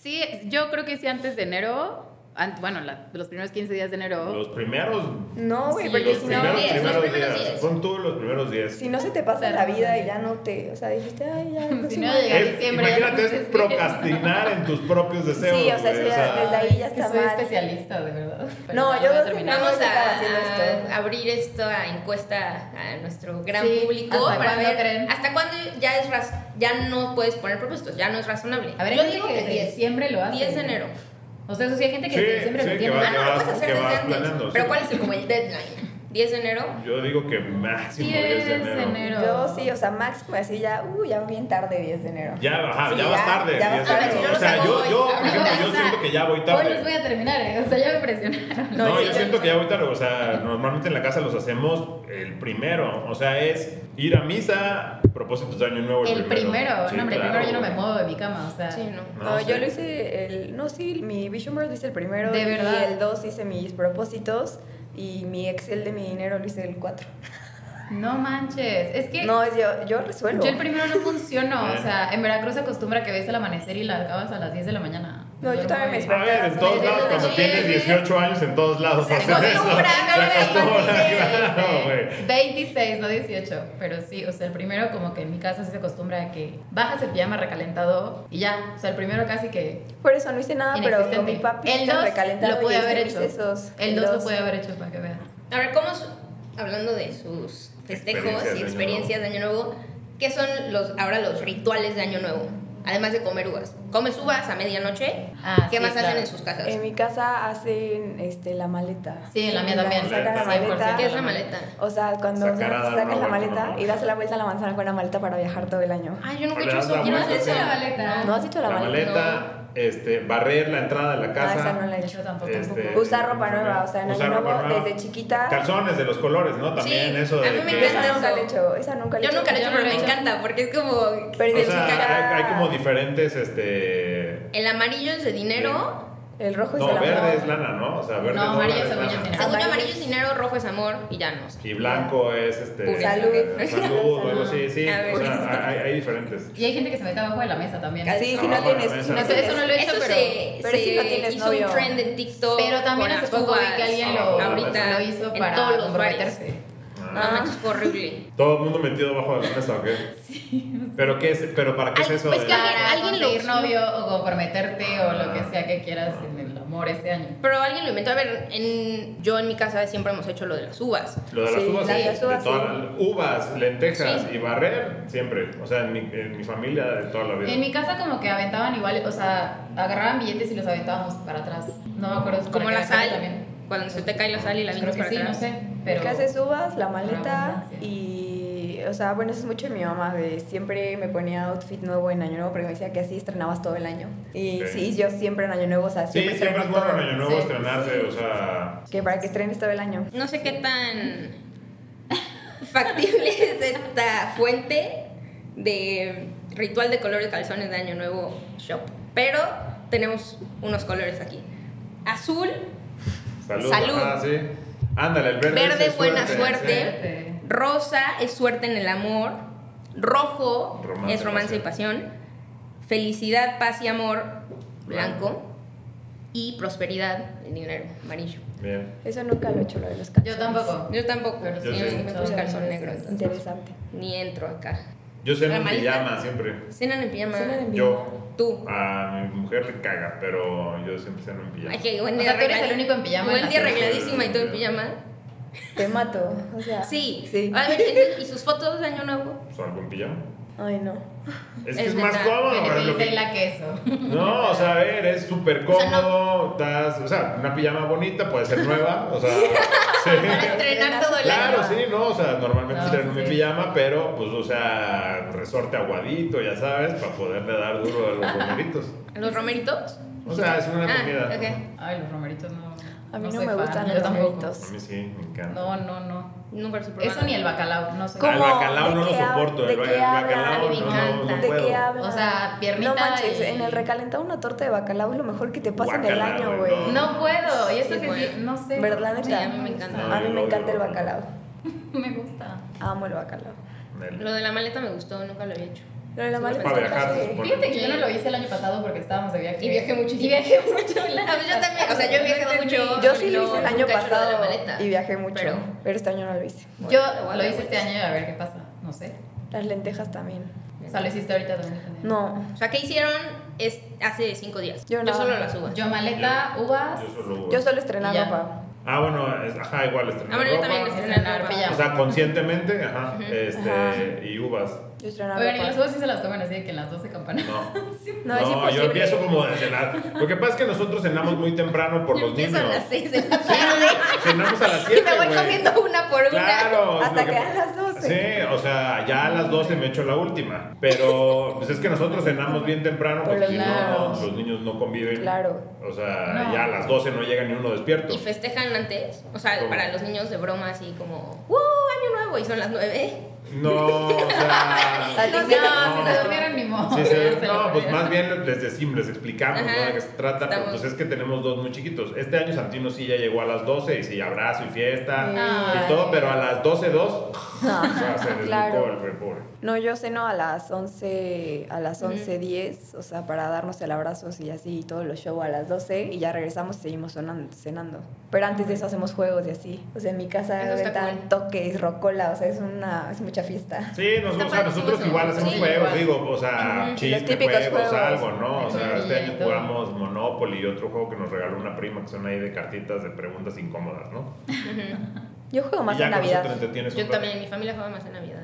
[SPEAKER 3] sí, yo creo que sí antes de enero, an- bueno, la- los primeros 15 días de enero.
[SPEAKER 1] Los primeros.
[SPEAKER 2] No, güey,
[SPEAKER 4] Sí,
[SPEAKER 2] porque
[SPEAKER 1] Los
[SPEAKER 2] si no,
[SPEAKER 1] primeros,
[SPEAKER 4] diez, los
[SPEAKER 1] primeros
[SPEAKER 4] primeros
[SPEAKER 1] días.
[SPEAKER 4] diez.
[SPEAKER 1] Son tú los primeros 10.
[SPEAKER 2] si no se te pasa
[SPEAKER 3] Claro,
[SPEAKER 2] la vida
[SPEAKER 3] también.
[SPEAKER 2] y ya no te, o sea, dijiste, ay, ya.
[SPEAKER 3] no
[SPEAKER 2] próximo
[SPEAKER 3] llega
[SPEAKER 2] año".
[SPEAKER 1] Es-
[SPEAKER 3] diciembre,
[SPEAKER 1] imagínate,
[SPEAKER 3] ya
[SPEAKER 1] es
[SPEAKER 3] no sé.
[SPEAKER 1] procrastinar en tus propios deseos.
[SPEAKER 2] Sí, o sea,
[SPEAKER 1] güey,
[SPEAKER 2] sí, desde ahí ya
[SPEAKER 3] Es que
[SPEAKER 2] está
[SPEAKER 3] soy
[SPEAKER 2] mal.
[SPEAKER 3] especialista, de verdad. Pero
[SPEAKER 2] No, yo
[SPEAKER 3] voy a
[SPEAKER 2] no-
[SPEAKER 3] terminar.
[SPEAKER 4] Vamos
[SPEAKER 2] estaba
[SPEAKER 4] a,
[SPEAKER 2] haciendo esto.
[SPEAKER 4] a abrir esta encuesta a nuestro gran
[SPEAKER 3] Sí,
[SPEAKER 4] público
[SPEAKER 3] ¿hasta
[SPEAKER 4] para
[SPEAKER 3] cuándo
[SPEAKER 4] ver
[SPEAKER 3] creen?
[SPEAKER 4] hasta cuándo ya es raz- ya no puedes poner propósitos, ya no es razonable.
[SPEAKER 3] A ver,
[SPEAKER 4] yo
[SPEAKER 3] hay
[SPEAKER 4] digo
[SPEAKER 3] gente
[SPEAKER 4] que
[SPEAKER 3] que desde
[SPEAKER 4] 10,
[SPEAKER 3] diciembre lo hace.
[SPEAKER 4] 10 de enero.
[SPEAKER 3] O sea, eso sí hay gente que
[SPEAKER 1] Sí,
[SPEAKER 3] desde diciembre
[SPEAKER 1] sí,
[SPEAKER 3] lo
[SPEAKER 1] que
[SPEAKER 3] tiene.
[SPEAKER 1] va-
[SPEAKER 4] Ah, no, lo
[SPEAKER 1] vas-
[SPEAKER 4] puedes hacer
[SPEAKER 1] que vas
[SPEAKER 4] desde antes.
[SPEAKER 1] planeando,
[SPEAKER 4] Pero
[SPEAKER 1] sí.
[SPEAKER 4] ¿cuál es el, como el deadline? 10 de enero.
[SPEAKER 1] Yo digo que máximo 10 de enero.
[SPEAKER 2] Yo sí, o sea, máximo así ya, uh, ya bien tarde 10 de enero.
[SPEAKER 1] Ya, ajá,
[SPEAKER 2] Sí,
[SPEAKER 1] ya vas
[SPEAKER 2] ya-
[SPEAKER 1] tarde.
[SPEAKER 2] ya
[SPEAKER 1] 10
[SPEAKER 2] vas
[SPEAKER 1] de enero.
[SPEAKER 2] tarde, si no
[SPEAKER 1] o
[SPEAKER 2] lo
[SPEAKER 1] sea,
[SPEAKER 4] saco
[SPEAKER 1] yo,
[SPEAKER 4] hoy.
[SPEAKER 1] yo, por ejemplo,
[SPEAKER 4] Ahorita,
[SPEAKER 1] yo
[SPEAKER 4] o sea,
[SPEAKER 1] siento que ya voy
[SPEAKER 3] Hoy los voy
[SPEAKER 1] tarde.
[SPEAKER 3] a terminar, ¿eh? O sea, ya me presionaron.
[SPEAKER 1] No,
[SPEAKER 2] sí,
[SPEAKER 1] yo
[SPEAKER 2] ya
[SPEAKER 1] siento que ya voy tarde. O sea, normalmente en la casa los hacemos el primero. O sea, es ir a misa, propósitos de año nuevo.
[SPEAKER 3] El primero,
[SPEAKER 1] Sí,
[SPEAKER 3] no, hombre,
[SPEAKER 1] claro,
[SPEAKER 3] primero yo no me
[SPEAKER 1] güey.
[SPEAKER 3] muevo de mi cama, o sea.
[SPEAKER 4] Sí, no.
[SPEAKER 1] No,
[SPEAKER 2] No,
[SPEAKER 1] sí.
[SPEAKER 2] yo lo hice el. No, sí, mi Vision Board lo hice el primero.
[SPEAKER 3] ¿De verdad?
[SPEAKER 2] Y el 2 hice mis propósitos. Y mi Excel de mi dinero lo hice el 4.
[SPEAKER 3] No manches. Es que
[SPEAKER 2] No, es yo, yo resuelvo.
[SPEAKER 3] yo el primero no funciono. o sea, en Veracruz se acostumbra que ves el amanecer y la acabas a las 10 de la mañana.
[SPEAKER 2] No, yo también me
[SPEAKER 3] Duermo y-
[SPEAKER 2] espero.
[SPEAKER 1] A ver, en todos
[SPEAKER 2] Desde
[SPEAKER 1] lados,
[SPEAKER 2] los
[SPEAKER 1] cuando
[SPEAKER 4] ocho.
[SPEAKER 1] tienes 18 años, en todos lados
[SPEAKER 4] Se
[SPEAKER 1] hacen eso.
[SPEAKER 4] acostumbra,
[SPEAKER 1] Se
[SPEAKER 4] no,
[SPEAKER 1] acostumbra,
[SPEAKER 3] Acostumbra,
[SPEAKER 1] claro, güey.
[SPEAKER 3] 26, no 18, pero sí, o sea, el primero como que en mi casa sí se acostumbra a que bajas el pijama recalentado y ya, o sea, el primero casi que
[SPEAKER 2] Por eso no hice nada, Ah, pero con
[SPEAKER 3] inexistente.
[SPEAKER 2] mi papi
[SPEAKER 3] el
[SPEAKER 2] está
[SPEAKER 3] 2
[SPEAKER 2] recalentado
[SPEAKER 3] lo
[SPEAKER 2] y
[SPEAKER 3] pude
[SPEAKER 2] hice
[SPEAKER 3] haber
[SPEAKER 2] mis
[SPEAKER 3] hecho.
[SPEAKER 2] esos.
[SPEAKER 3] el 2 lo
[SPEAKER 2] dos.
[SPEAKER 3] pude haber hecho para que veas.
[SPEAKER 4] A ver, ¿cómo su- hablando de sus festejos
[SPEAKER 1] Experiencias de
[SPEAKER 4] y
[SPEAKER 1] Año
[SPEAKER 4] experiencias de año nuevo, qué son los ahora los rituales de año nuevo? Además de comer uvas. ¿Comes uvas a medianoche?
[SPEAKER 3] Ah,
[SPEAKER 4] ¿Qué
[SPEAKER 3] sí,
[SPEAKER 4] más hacen
[SPEAKER 3] claro. Eh,
[SPEAKER 4] en sus casas?
[SPEAKER 2] En mi casa hacen este, la maleta.
[SPEAKER 3] Sí, en la mía también.
[SPEAKER 2] Sacan la
[SPEAKER 3] 100%.
[SPEAKER 2] maleta.
[SPEAKER 4] ¿Qué es la maleta?
[SPEAKER 2] O sea, cuando
[SPEAKER 1] Sacar
[SPEAKER 2] ya
[SPEAKER 1] a dar una
[SPEAKER 2] sacas
[SPEAKER 1] vuelta,
[SPEAKER 2] la maleta
[SPEAKER 1] ¿no?
[SPEAKER 2] y das la vuelta a la manzana con una maleta para viajar todo el año.
[SPEAKER 4] Ay, yo nunca he
[SPEAKER 1] Le
[SPEAKER 4] hecho
[SPEAKER 1] das
[SPEAKER 4] eso.
[SPEAKER 1] la
[SPEAKER 4] ¿Quién hace
[SPEAKER 1] vuelta,
[SPEAKER 4] eso?
[SPEAKER 1] sí.
[SPEAKER 3] Ah,
[SPEAKER 2] ¿No has hecho la,
[SPEAKER 1] La
[SPEAKER 2] maleta?
[SPEAKER 1] maleta, este, barrer la entrada de la
[SPEAKER 2] Ah, esa
[SPEAKER 1] casa.
[SPEAKER 2] no la he
[SPEAKER 3] Yo
[SPEAKER 2] hecho.
[SPEAKER 3] tampoco.
[SPEAKER 1] este,
[SPEAKER 2] Usar ropa nueva, o sea, en
[SPEAKER 1] usar
[SPEAKER 2] año
[SPEAKER 1] ropa
[SPEAKER 2] nuevo,
[SPEAKER 1] nueva.
[SPEAKER 2] desde chiquita.
[SPEAKER 1] Calzones de los colores, ¿no? También
[SPEAKER 4] Sí,
[SPEAKER 1] eso de
[SPEAKER 4] a mí me
[SPEAKER 1] que-
[SPEAKER 4] encanta.
[SPEAKER 2] Esa nunca la he hecho. Esa nunca la he
[SPEAKER 4] Yo
[SPEAKER 2] hecho.
[SPEAKER 4] nunca la he hecho,
[SPEAKER 3] Yo
[SPEAKER 4] pero
[SPEAKER 3] no lo
[SPEAKER 4] me
[SPEAKER 3] he hecho.
[SPEAKER 4] encanta porque es como.
[SPEAKER 2] Pero
[SPEAKER 1] O
[SPEAKER 2] de
[SPEAKER 1] sea,
[SPEAKER 2] chica.
[SPEAKER 1] hay, hay como diferentes, este...
[SPEAKER 4] El amarillo es de dinero.
[SPEAKER 2] El rojo es
[SPEAKER 1] No,
[SPEAKER 2] el amor.
[SPEAKER 1] verde es lana, ¿no? O sea, verde
[SPEAKER 3] No,
[SPEAKER 1] no,
[SPEAKER 3] amarillo
[SPEAKER 1] verde es
[SPEAKER 3] según yo
[SPEAKER 1] lana.
[SPEAKER 3] sí.
[SPEAKER 4] Según yo,
[SPEAKER 2] Amarillo.
[SPEAKER 4] amarillo es dinero, rojo es amor y ya no sé.
[SPEAKER 1] Y blanco es, este...
[SPEAKER 2] Salud.
[SPEAKER 1] Salud o algo así, sí.
[SPEAKER 4] A ver.
[SPEAKER 1] O sea, hay, hay diferentes.
[SPEAKER 3] Y hay gente que se mete abajo de la mesa también.
[SPEAKER 2] Sí, si
[SPEAKER 1] Abajo
[SPEAKER 2] no
[SPEAKER 1] de la
[SPEAKER 2] tienes.
[SPEAKER 1] mesa.
[SPEAKER 2] si no
[SPEAKER 3] Eso-
[SPEAKER 2] tienes-
[SPEAKER 3] eso no lo he hecho,
[SPEAKER 4] Eso
[SPEAKER 3] pero-
[SPEAKER 4] se,
[SPEAKER 2] pero
[SPEAKER 4] se
[SPEAKER 2] si no tienes
[SPEAKER 4] hizo
[SPEAKER 2] novio.
[SPEAKER 4] un trend en TikTok.
[SPEAKER 3] Pero también
[SPEAKER 4] con
[SPEAKER 3] hace
[SPEAKER 4] las
[SPEAKER 3] poco vi
[SPEAKER 4] uvas.
[SPEAKER 3] que alguien
[SPEAKER 1] Ah,
[SPEAKER 3] lo,
[SPEAKER 1] ahorita,
[SPEAKER 3] lo hizo
[SPEAKER 4] en
[SPEAKER 3] para
[SPEAKER 4] todos los
[SPEAKER 3] comprometerse. Ah.
[SPEAKER 4] No, manches, fue horrible.
[SPEAKER 1] Ah. ¿Todo el mundo metido abajo de la mesa o qué? Sí. ¿Pero qué es? ¿Pero para qué es
[SPEAKER 4] Ay,
[SPEAKER 1] eso?
[SPEAKER 4] pues
[SPEAKER 1] de-
[SPEAKER 4] que alguien-
[SPEAKER 3] Para
[SPEAKER 4] alguien lo
[SPEAKER 3] conseguir
[SPEAKER 4] usó.
[SPEAKER 3] novio o comprometerte o lo que sea que quieras en el amor este año.
[SPEAKER 4] Pero alguien lo inventó. A ver, en, yo en mi casa siempre hemos hecho lo de las uvas.
[SPEAKER 1] Lo de las
[SPEAKER 2] Sí,
[SPEAKER 1] uvas,
[SPEAKER 2] la-
[SPEAKER 1] sí,
[SPEAKER 2] las
[SPEAKER 1] de
[SPEAKER 2] uvas,
[SPEAKER 1] toda
[SPEAKER 2] sí.
[SPEAKER 1] la- uvas, lentejas
[SPEAKER 4] Sí.
[SPEAKER 1] y barrer, siempre. O sea, en mi, en mi familia de toda la vida.
[SPEAKER 3] En mi casa como que aventaban igual, o sea, agarraban billetes y los aventábamos para atrás. No me acuerdo.
[SPEAKER 4] Como
[SPEAKER 3] para
[SPEAKER 4] la
[SPEAKER 3] qué era,
[SPEAKER 4] sal.
[SPEAKER 3] pero también.
[SPEAKER 4] Cuando se te cae la sal y la
[SPEAKER 3] Creo
[SPEAKER 4] vienes
[SPEAKER 3] que
[SPEAKER 4] para
[SPEAKER 3] sí,
[SPEAKER 4] atrás.
[SPEAKER 3] no sé. Pero
[SPEAKER 2] ¿Qué haces? Uvas, la
[SPEAKER 3] Para
[SPEAKER 2] maleta
[SPEAKER 3] abundancia.
[SPEAKER 2] y... O sea, bueno, eso es mucho de mi mamá. De siempre me ponía outfit nuevo en Año Nuevo porque me decía que así estrenabas todo el año. Y
[SPEAKER 1] Ok.
[SPEAKER 2] sí, yo siempre en Año Nuevo, o sea,
[SPEAKER 1] Sí,
[SPEAKER 2] siempre
[SPEAKER 1] siempre,
[SPEAKER 2] estreno
[SPEAKER 1] es bueno en
[SPEAKER 2] todo.
[SPEAKER 1] Año Nuevo
[SPEAKER 3] Sí.
[SPEAKER 1] estrenarse, o sea...
[SPEAKER 2] Que para que estrenes todo el año.
[SPEAKER 4] No sé qué tan factible es esta fuente de ritual de colores calzones de Año Nuevo Shop. Pero tenemos unos colores aquí. Azul,
[SPEAKER 1] Salud.
[SPEAKER 4] Salud.
[SPEAKER 1] ajá, sí. Ándale, el verde
[SPEAKER 4] Verde,
[SPEAKER 1] es
[SPEAKER 4] buena
[SPEAKER 1] sí.
[SPEAKER 4] suerte.
[SPEAKER 3] Este,
[SPEAKER 4] rosa es suerte en el amor, rojo
[SPEAKER 1] Romance,
[SPEAKER 4] es romance y pasión, felicidad, paz y amor, blanco, y prosperidad, el dinero, amarillo.
[SPEAKER 1] Bien.
[SPEAKER 2] Eso nunca lo he hecho, lo de los calzones.
[SPEAKER 3] Yo tampoco.
[SPEAKER 4] Yo tampoco,
[SPEAKER 3] Pero
[SPEAKER 4] yo
[SPEAKER 1] sí.
[SPEAKER 4] me puse calzón negro entonces.
[SPEAKER 2] Interesante.
[SPEAKER 4] Ni entro acá.
[SPEAKER 1] Yo ceno en
[SPEAKER 4] Normalita.
[SPEAKER 1] pijama siempre.
[SPEAKER 4] Cenan en pijama.
[SPEAKER 2] Cenan en
[SPEAKER 1] Yo.
[SPEAKER 4] Tú.
[SPEAKER 1] A mi mujer le caga, pero yo siempre ceno en pijama.
[SPEAKER 4] Ay, que buen
[SPEAKER 3] O
[SPEAKER 4] día
[SPEAKER 3] sea, tú eres
[SPEAKER 4] arregladi-
[SPEAKER 3] el único en pijama en
[SPEAKER 4] Buen
[SPEAKER 3] la
[SPEAKER 4] día
[SPEAKER 1] ciudad.
[SPEAKER 4] arregladísima y todo en pijama.
[SPEAKER 2] Te mato. O sea.
[SPEAKER 4] Sí.
[SPEAKER 2] Sí.
[SPEAKER 4] A ver, entonces, ¿y sus fotos de año nuevo?
[SPEAKER 1] Salgo en pijama.
[SPEAKER 2] Ay, no.
[SPEAKER 1] Es que
[SPEAKER 4] Es
[SPEAKER 1] es, más
[SPEAKER 4] verdad.
[SPEAKER 1] cómodo. pero lo
[SPEAKER 3] Felipe
[SPEAKER 1] que-
[SPEAKER 3] y la queso.
[SPEAKER 1] No, o sea, a ver, es súper
[SPEAKER 4] O sea, no.
[SPEAKER 1] cómodo. estás- O sea, una pijama bonita, puede ser nueva. O sea, sí.
[SPEAKER 4] Para estrenar todo el año.
[SPEAKER 1] Claro, sí, no, o sea, normalmente
[SPEAKER 3] No,
[SPEAKER 1] estreno mi
[SPEAKER 3] sí.
[SPEAKER 1] pijama, pero pues, o sea, resorte aguadito, ya sabes, para poderle dar duro a los romeritos.
[SPEAKER 4] ¿Los romeritos?
[SPEAKER 1] O sea, es una comida.
[SPEAKER 4] Ah, ok.
[SPEAKER 3] Ay, los romeritos no.
[SPEAKER 2] A mí
[SPEAKER 3] no
[SPEAKER 2] no,
[SPEAKER 3] soy
[SPEAKER 2] me
[SPEAKER 3] fan,
[SPEAKER 2] gustan
[SPEAKER 3] yo
[SPEAKER 2] los
[SPEAKER 3] tampoco.
[SPEAKER 1] A
[SPEAKER 2] romeritos.
[SPEAKER 1] mí sí, me encanta. Ah,
[SPEAKER 3] No, no, no.
[SPEAKER 4] Nunca los he probado.
[SPEAKER 3] Eso ni el bacalao, no sé.
[SPEAKER 2] ¿Cómo?
[SPEAKER 1] Al bacalao no
[SPEAKER 2] ¿De
[SPEAKER 1] lo
[SPEAKER 2] qué hab-
[SPEAKER 1] soporto,
[SPEAKER 2] de
[SPEAKER 1] el, ba-
[SPEAKER 2] qué
[SPEAKER 1] el bacalao
[SPEAKER 4] hablan? A mí me
[SPEAKER 1] no, no,
[SPEAKER 4] encanta.
[SPEAKER 1] no
[SPEAKER 2] ¿De qué
[SPEAKER 1] puedo.
[SPEAKER 2] hablas?
[SPEAKER 3] O sea, piernita
[SPEAKER 2] No manches,
[SPEAKER 3] y-
[SPEAKER 2] en el recalentado una torta de bacalao es lo mejor que te pasa en el
[SPEAKER 1] Guácala,
[SPEAKER 2] año,
[SPEAKER 1] güey,
[SPEAKER 2] güey.
[SPEAKER 3] No puedo. Y eso
[SPEAKER 4] Sí,
[SPEAKER 3] que
[SPEAKER 4] bueno.
[SPEAKER 3] sí, no sé.
[SPEAKER 2] ¿Verdad, neta?
[SPEAKER 3] Sí, a mí me encanta.
[SPEAKER 1] No,
[SPEAKER 2] a mí
[SPEAKER 1] yo
[SPEAKER 2] me
[SPEAKER 1] lo
[SPEAKER 2] encanta
[SPEAKER 1] odio,
[SPEAKER 2] el
[SPEAKER 1] lo odio.
[SPEAKER 2] bacalao.
[SPEAKER 3] Me gusta.
[SPEAKER 2] Amo el bacalao.
[SPEAKER 4] Lo de la maleta me gustó, nunca lo había hecho.
[SPEAKER 2] Lo de la
[SPEAKER 4] Sí,
[SPEAKER 2] maleta
[SPEAKER 1] para
[SPEAKER 2] está
[SPEAKER 1] viajar, pues,
[SPEAKER 2] padre.
[SPEAKER 1] se supone.
[SPEAKER 3] Fíjate que yo no lo hice el año pasado porque estábamos de viaje.
[SPEAKER 4] Y viajé muchísimo.
[SPEAKER 3] Y viajé mucho. la
[SPEAKER 4] A ver, yo también, o sea, yo he viajado
[SPEAKER 3] No entendí.
[SPEAKER 4] mucho.
[SPEAKER 2] Yo sí lo
[SPEAKER 4] No,
[SPEAKER 2] hice el año
[SPEAKER 4] nunca he hecho lo de la
[SPEAKER 2] pasado
[SPEAKER 4] maleta.
[SPEAKER 2] y viajé mucho, pero,
[SPEAKER 4] Pero-
[SPEAKER 2] este año no lo hice.
[SPEAKER 3] Yo
[SPEAKER 4] Bueno,
[SPEAKER 3] lo hice
[SPEAKER 4] igual,
[SPEAKER 3] este año y a ver qué pasa. No sé.
[SPEAKER 2] Las lentejas también.
[SPEAKER 3] O sea, lo hiciste ahorita también. Tania.
[SPEAKER 2] No.
[SPEAKER 4] O sea, ¿qué hicieron es hace cinco días?
[SPEAKER 2] Yo nada.
[SPEAKER 4] solo las uvas.
[SPEAKER 3] Yo maleta, uvas.
[SPEAKER 1] Yo solo-
[SPEAKER 2] Yo solo estrené
[SPEAKER 3] Y ya.
[SPEAKER 2] ropa.
[SPEAKER 1] Ah, bueno, es- ajá, igual estrenar
[SPEAKER 4] Ah, bueno, yo
[SPEAKER 1] ropa.
[SPEAKER 4] también
[SPEAKER 3] estrené
[SPEAKER 4] estrenar
[SPEAKER 3] ropa.
[SPEAKER 4] pijama.
[SPEAKER 1] O sea, conscientemente, ajá, este,
[SPEAKER 2] Ajá.
[SPEAKER 1] y uvas.
[SPEAKER 2] Yo estrené
[SPEAKER 3] Oigan, y las
[SPEAKER 2] ropa.
[SPEAKER 3] uvas sí se las comen así de que en las 12 campanas.
[SPEAKER 1] No.
[SPEAKER 2] No, es imposible.
[SPEAKER 1] yo empiezo como de cenar. Lo que pasa es que nosotros cenamos muy temprano por
[SPEAKER 4] Yo
[SPEAKER 1] los
[SPEAKER 4] empiezo
[SPEAKER 1] niños.
[SPEAKER 4] a las seis de la tarde
[SPEAKER 1] Cenamos a las 7.
[SPEAKER 4] y me voy comiendo una por una.
[SPEAKER 1] Claro.
[SPEAKER 2] Hasta
[SPEAKER 1] lo
[SPEAKER 2] que a las 12.
[SPEAKER 1] Sí, o sea, ya a las 12 me echo la última. Pero pues es que nosotros cenamos bien temprano
[SPEAKER 2] Por
[SPEAKER 1] porque
[SPEAKER 2] los
[SPEAKER 1] si no,
[SPEAKER 2] lados.
[SPEAKER 1] no, los niños no conviven.
[SPEAKER 2] Claro.
[SPEAKER 1] O sea,
[SPEAKER 3] No.
[SPEAKER 1] ya a las 12 no llega ni uno despierto.
[SPEAKER 4] Y festejan antes, o sea,
[SPEAKER 1] ¿Cómo?
[SPEAKER 4] para los niños de broma así como, ¡Uh, año nuevo! Y son las nueve.
[SPEAKER 1] No, o sea.
[SPEAKER 3] No,
[SPEAKER 2] No,
[SPEAKER 3] si
[SPEAKER 1] no,
[SPEAKER 3] se
[SPEAKER 1] no.
[SPEAKER 3] durmieron ni modo.
[SPEAKER 1] Sí, sí,
[SPEAKER 3] Se
[SPEAKER 1] no,
[SPEAKER 3] lo
[SPEAKER 1] pues más bien
[SPEAKER 3] comieron.
[SPEAKER 1] les decimos, les explicamos
[SPEAKER 4] Ajá,
[SPEAKER 1] ¿no? de qué se trata, pero
[SPEAKER 4] estamos-
[SPEAKER 1] pues es que tenemos dos muy chiquitos. Este año Santino sí ya llegó a las 12 y sí, abrazo y fiesta
[SPEAKER 3] Ay.
[SPEAKER 1] y todo, pero a las 12, 2, o sea, se desbocó
[SPEAKER 2] Claro.
[SPEAKER 1] el pobre.
[SPEAKER 2] No, yo ceno a las 11, a las 11.10, o sea, para darnos el abrazo y así, y todos los shows a las 12, y ya regresamos y seguimos sonando- cenando. Pero antes de eso hacemos juegos y así. O sea, en mi casa
[SPEAKER 4] Eso está
[SPEAKER 2] rentan
[SPEAKER 4] cool.
[SPEAKER 2] toques, rocola, o sea, es una, es mucha fiesta.
[SPEAKER 1] Sí, nos- o sea,
[SPEAKER 4] padrísimo
[SPEAKER 1] nosotros
[SPEAKER 4] eso.
[SPEAKER 1] igual hacemos
[SPEAKER 3] Sí,
[SPEAKER 1] juegos,
[SPEAKER 3] igual.
[SPEAKER 1] digo, o sea,
[SPEAKER 4] Ujú.
[SPEAKER 1] chisme,
[SPEAKER 2] Los típicos
[SPEAKER 1] juegos,
[SPEAKER 2] juegos.
[SPEAKER 1] algo, ¿no? O sea,
[SPEAKER 3] Sí,
[SPEAKER 1] este año
[SPEAKER 3] y todo.
[SPEAKER 1] jugamos Monopoly y otro juego que nos regaló una prima que son ahí de cartitas de preguntas incómodas, ¿no?
[SPEAKER 2] Yo juego más
[SPEAKER 1] y ya
[SPEAKER 2] en
[SPEAKER 1] con eso
[SPEAKER 2] Navidad.
[SPEAKER 1] te entretienes un
[SPEAKER 4] Yo
[SPEAKER 1] rato.
[SPEAKER 4] también, mi familia juega más en Navidad.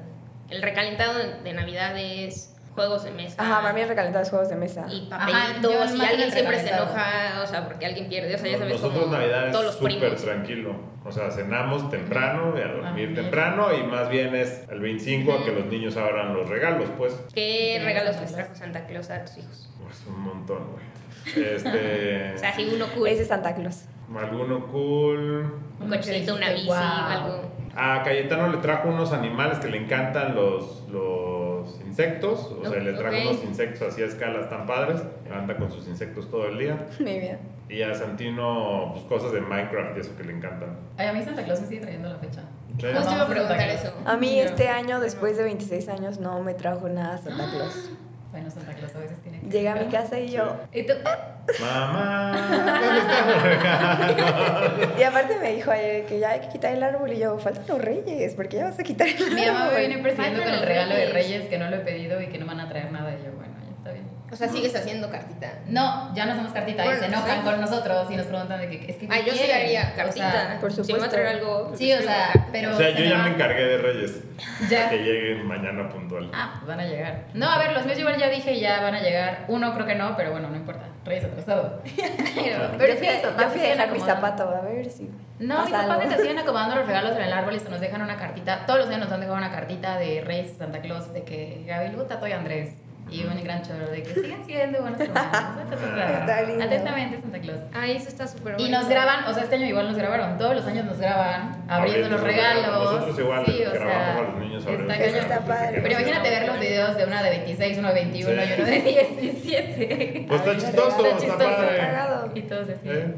[SPEAKER 4] El recalentado de- de Navidad es juegos de mesa.
[SPEAKER 2] Ajá, mami es recalentada los juegos de mesa.
[SPEAKER 4] Y
[SPEAKER 3] Ajá,
[SPEAKER 4] papelitos,
[SPEAKER 3] yo más en
[SPEAKER 4] y
[SPEAKER 3] el
[SPEAKER 4] alguien siempre se
[SPEAKER 3] recalentado.
[SPEAKER 4] enoja, o sea, porque alguien pierde, o sea, ya sabes
[SPEAKER 1] Nosotros
[SPEAKER 4] como
[SPEAKER 1] Navidad
[SPEAKER 4] todos
[SPEAKER 1] es
[SPEAKER 4] los
[SPEAKER 1] súper
[SPEAKER 4] primos.
[SPEAKER 1] tranquilo. O sea, cenamos temprano y a dormir
[SPEAKER 3] Ah,
[SPEAKER 1] temprano y más bien es el 25 a que
[SPEAKER 4] Ujú.
[SPEAKER 1] los niños abran los regalos, pues.
[SPEAKER 4] ¿Qué
[SPEAKER 3] Sí,
[SPEAKER 4] regalos
[SPEAKER 3] sí,
[SPEAKER 4] les
[SPEAKER 3] sí.
[SPEAKER 4] trajo Santa Claus a tus hijos?
[SPEAKER 1] Pues un montón, güey. Este.
[SPEAKER 4] O sea, si uno cool,
[SPEAKER 2] Ese es Santa Claus.
[SPEAKER 1] Alguno cool.
[SPEAKER 4] un cochecito, una bici,
[SPEAKER 3] Wow.
[SPEAKER 4] algo.
[SPEAKER 1] A Cayetano le trajo unos animales que le encantan los, los insectos. O sea, le trajo
[SPEAKER 4] Ok.
[SPEAKER 1] unos insectos así a escalas tan padres. Anda con sus insectos todo el día.
[SPEAKER 2] Mi vida.
[SPEAKER 1] Y a Santino, pues cosas de Minecraft y eso que le encantan.
[SPEAKER 3] Ay, a mí Santa Claus me sigue trayendo la fecha.
[SPEAKER 1] Sí.
[SPEAKER 4] Justo iba a preguntar eso.
[SPEAKER 2] A mí
[SPEAKER 3] Yo.
[SPEAKER 2] este año, después de 26 años, no me trajo nada Santa Claus.
[SPEAKER 3] Bueno, Santa Claus a veces tiene que-
[SPEAKER 2] Llegué a mi casa y yo...
[SPEAKER 3] Y tú,
[SPEAKER 1] Mamá, ¿dónde están los regalos?
[SPEAKER 2] Y aparte me dijo ayer que ya hay que quitar el árbol y yo, faltan los reyes, porque ya vas a quitar el árbol.
[SPEAKER 3] mi mamá me viene
[SPEAKER 4] Faltan
[SPEAKER 3] persiguiendo con el
[SPEAKER 4] los
[SPEAKER 3] regalo de
[SPEAKER 4] reyes.
[SPEAKER 3] Reyes que no lo he pedido y que no me van a traer nada. Y yo, bueno, ya está bien.
[SPEAKER 4] O sea, sigues haciendo cartita.
[SPEAKER 3] No, ya no hacemos cartita y
[SPEAKER 4] Bueno,
[SPEAKER 3] se enojan
[SPEAKER 4] sí.
[SPEAKER 3] con nosotros y nos preguntan de que es que.
[SPEAKER 4] Ah, yo sí
[SPEAKER 3] quieren?
[SPEAKER 4] haría
[SPEAKER 3] O
[SPEAKER 4] cartita.
[SPEAKER 3] sea,
[SPEAKER 2] por
[SPEAKER 4] Si me va a traer
[SPEAKER 2] supuesto.
[SPEAKER 4] algo.
[SPEAKER 3] sí, o sea, pero.
[SPEAKER 1] O sea,
[SPEAKER 3] se
[SPEAKER 1] yo ya
[SPEAKER 3] va-
[SPEAKER 1] me encargué de Reyes.
[SPEAKER 3] Ya.
[SPEAKER 1] Que lleguen mañana puntual.
[SPEAKER 3] Ah, pues van a llegar. No, a ver, los míos igual ya dije ya van a llegar. Uno creo que no, pero bueno, no importa. Reyes atrasado. pero
[SPEAKER 2] Pero
[SPEAKER 3] es
[SPEAKER 2] fui,
[SPEAKER 3] que
[SPEAKER 2] a-
[SPEAKER 3] papás
[SPEAKER 2] yo fui a
[SPEAKER 3] siguen
[SPEAKER 2] dejar mi
[SPEAKER 3] acomodando.
[SPEAKER 2] zapato, a ver si.
[SPEAKER 3] No,
[SPEAKER 2] pasa
[SPEAKER 3] mis papás
[SPEAKER 2] algo.
[SPEAKER 3] mientras siguen acomodando los regalos en el árbol y se nos dejan una cartita. Todos los años nos han dejado una cartita de Reyes y Santa Claus de que Gabilu, Tato y Andrés. Y un gran chorro de que siguen siendo buenos hermanos.
[SPEAKER 2] Está lindo.
[SPEAKER 3] Atentamente, Santa Claus.
[SPEAKER 4] Ay, Ah, eso está súper bueno.
[SPEAKER 3] Y nos graban, o sea, este año igual nos grabaron, todos los años nos graban abriendo los regalos.
[SPEAKER 1] Nosotros igual
[SPEAKER 3] sí, o
[SPEAKER 1] grabamos
[SPEAKER 3] sea,
[SPEAKER 1] a los niños abriendo
[SPEAKER 3] está
[SPEAKER 1] los
[SPEAKER 2] Eso
[SPEAKER 3] cañón.
[SPEAKER 2] está padre.
[SPEAKER 1] desde que
[SPEAKER 3] Pero imagínate ver los
[SPEAKER 1] nacieron.
[SPEAKER 3] videos de una de 26, uno de 21
[SPEAKER 1] Sí.
[SPEAKER 3] y uno de 17.
[SPEAKER 1] Pues
[SPEAKER 2] Ay,
[SPEAKER 1] está chistoso,
[SPEAKER 3] está
[SPEAKER 1] está,
[SPEAKER 3] chistoso,
[SPEAKER 1] padre.
[SPEAKER 2] cagado.
[SPEAKER 3] Y todos así.
[SPEAKER 1] ¿Eh?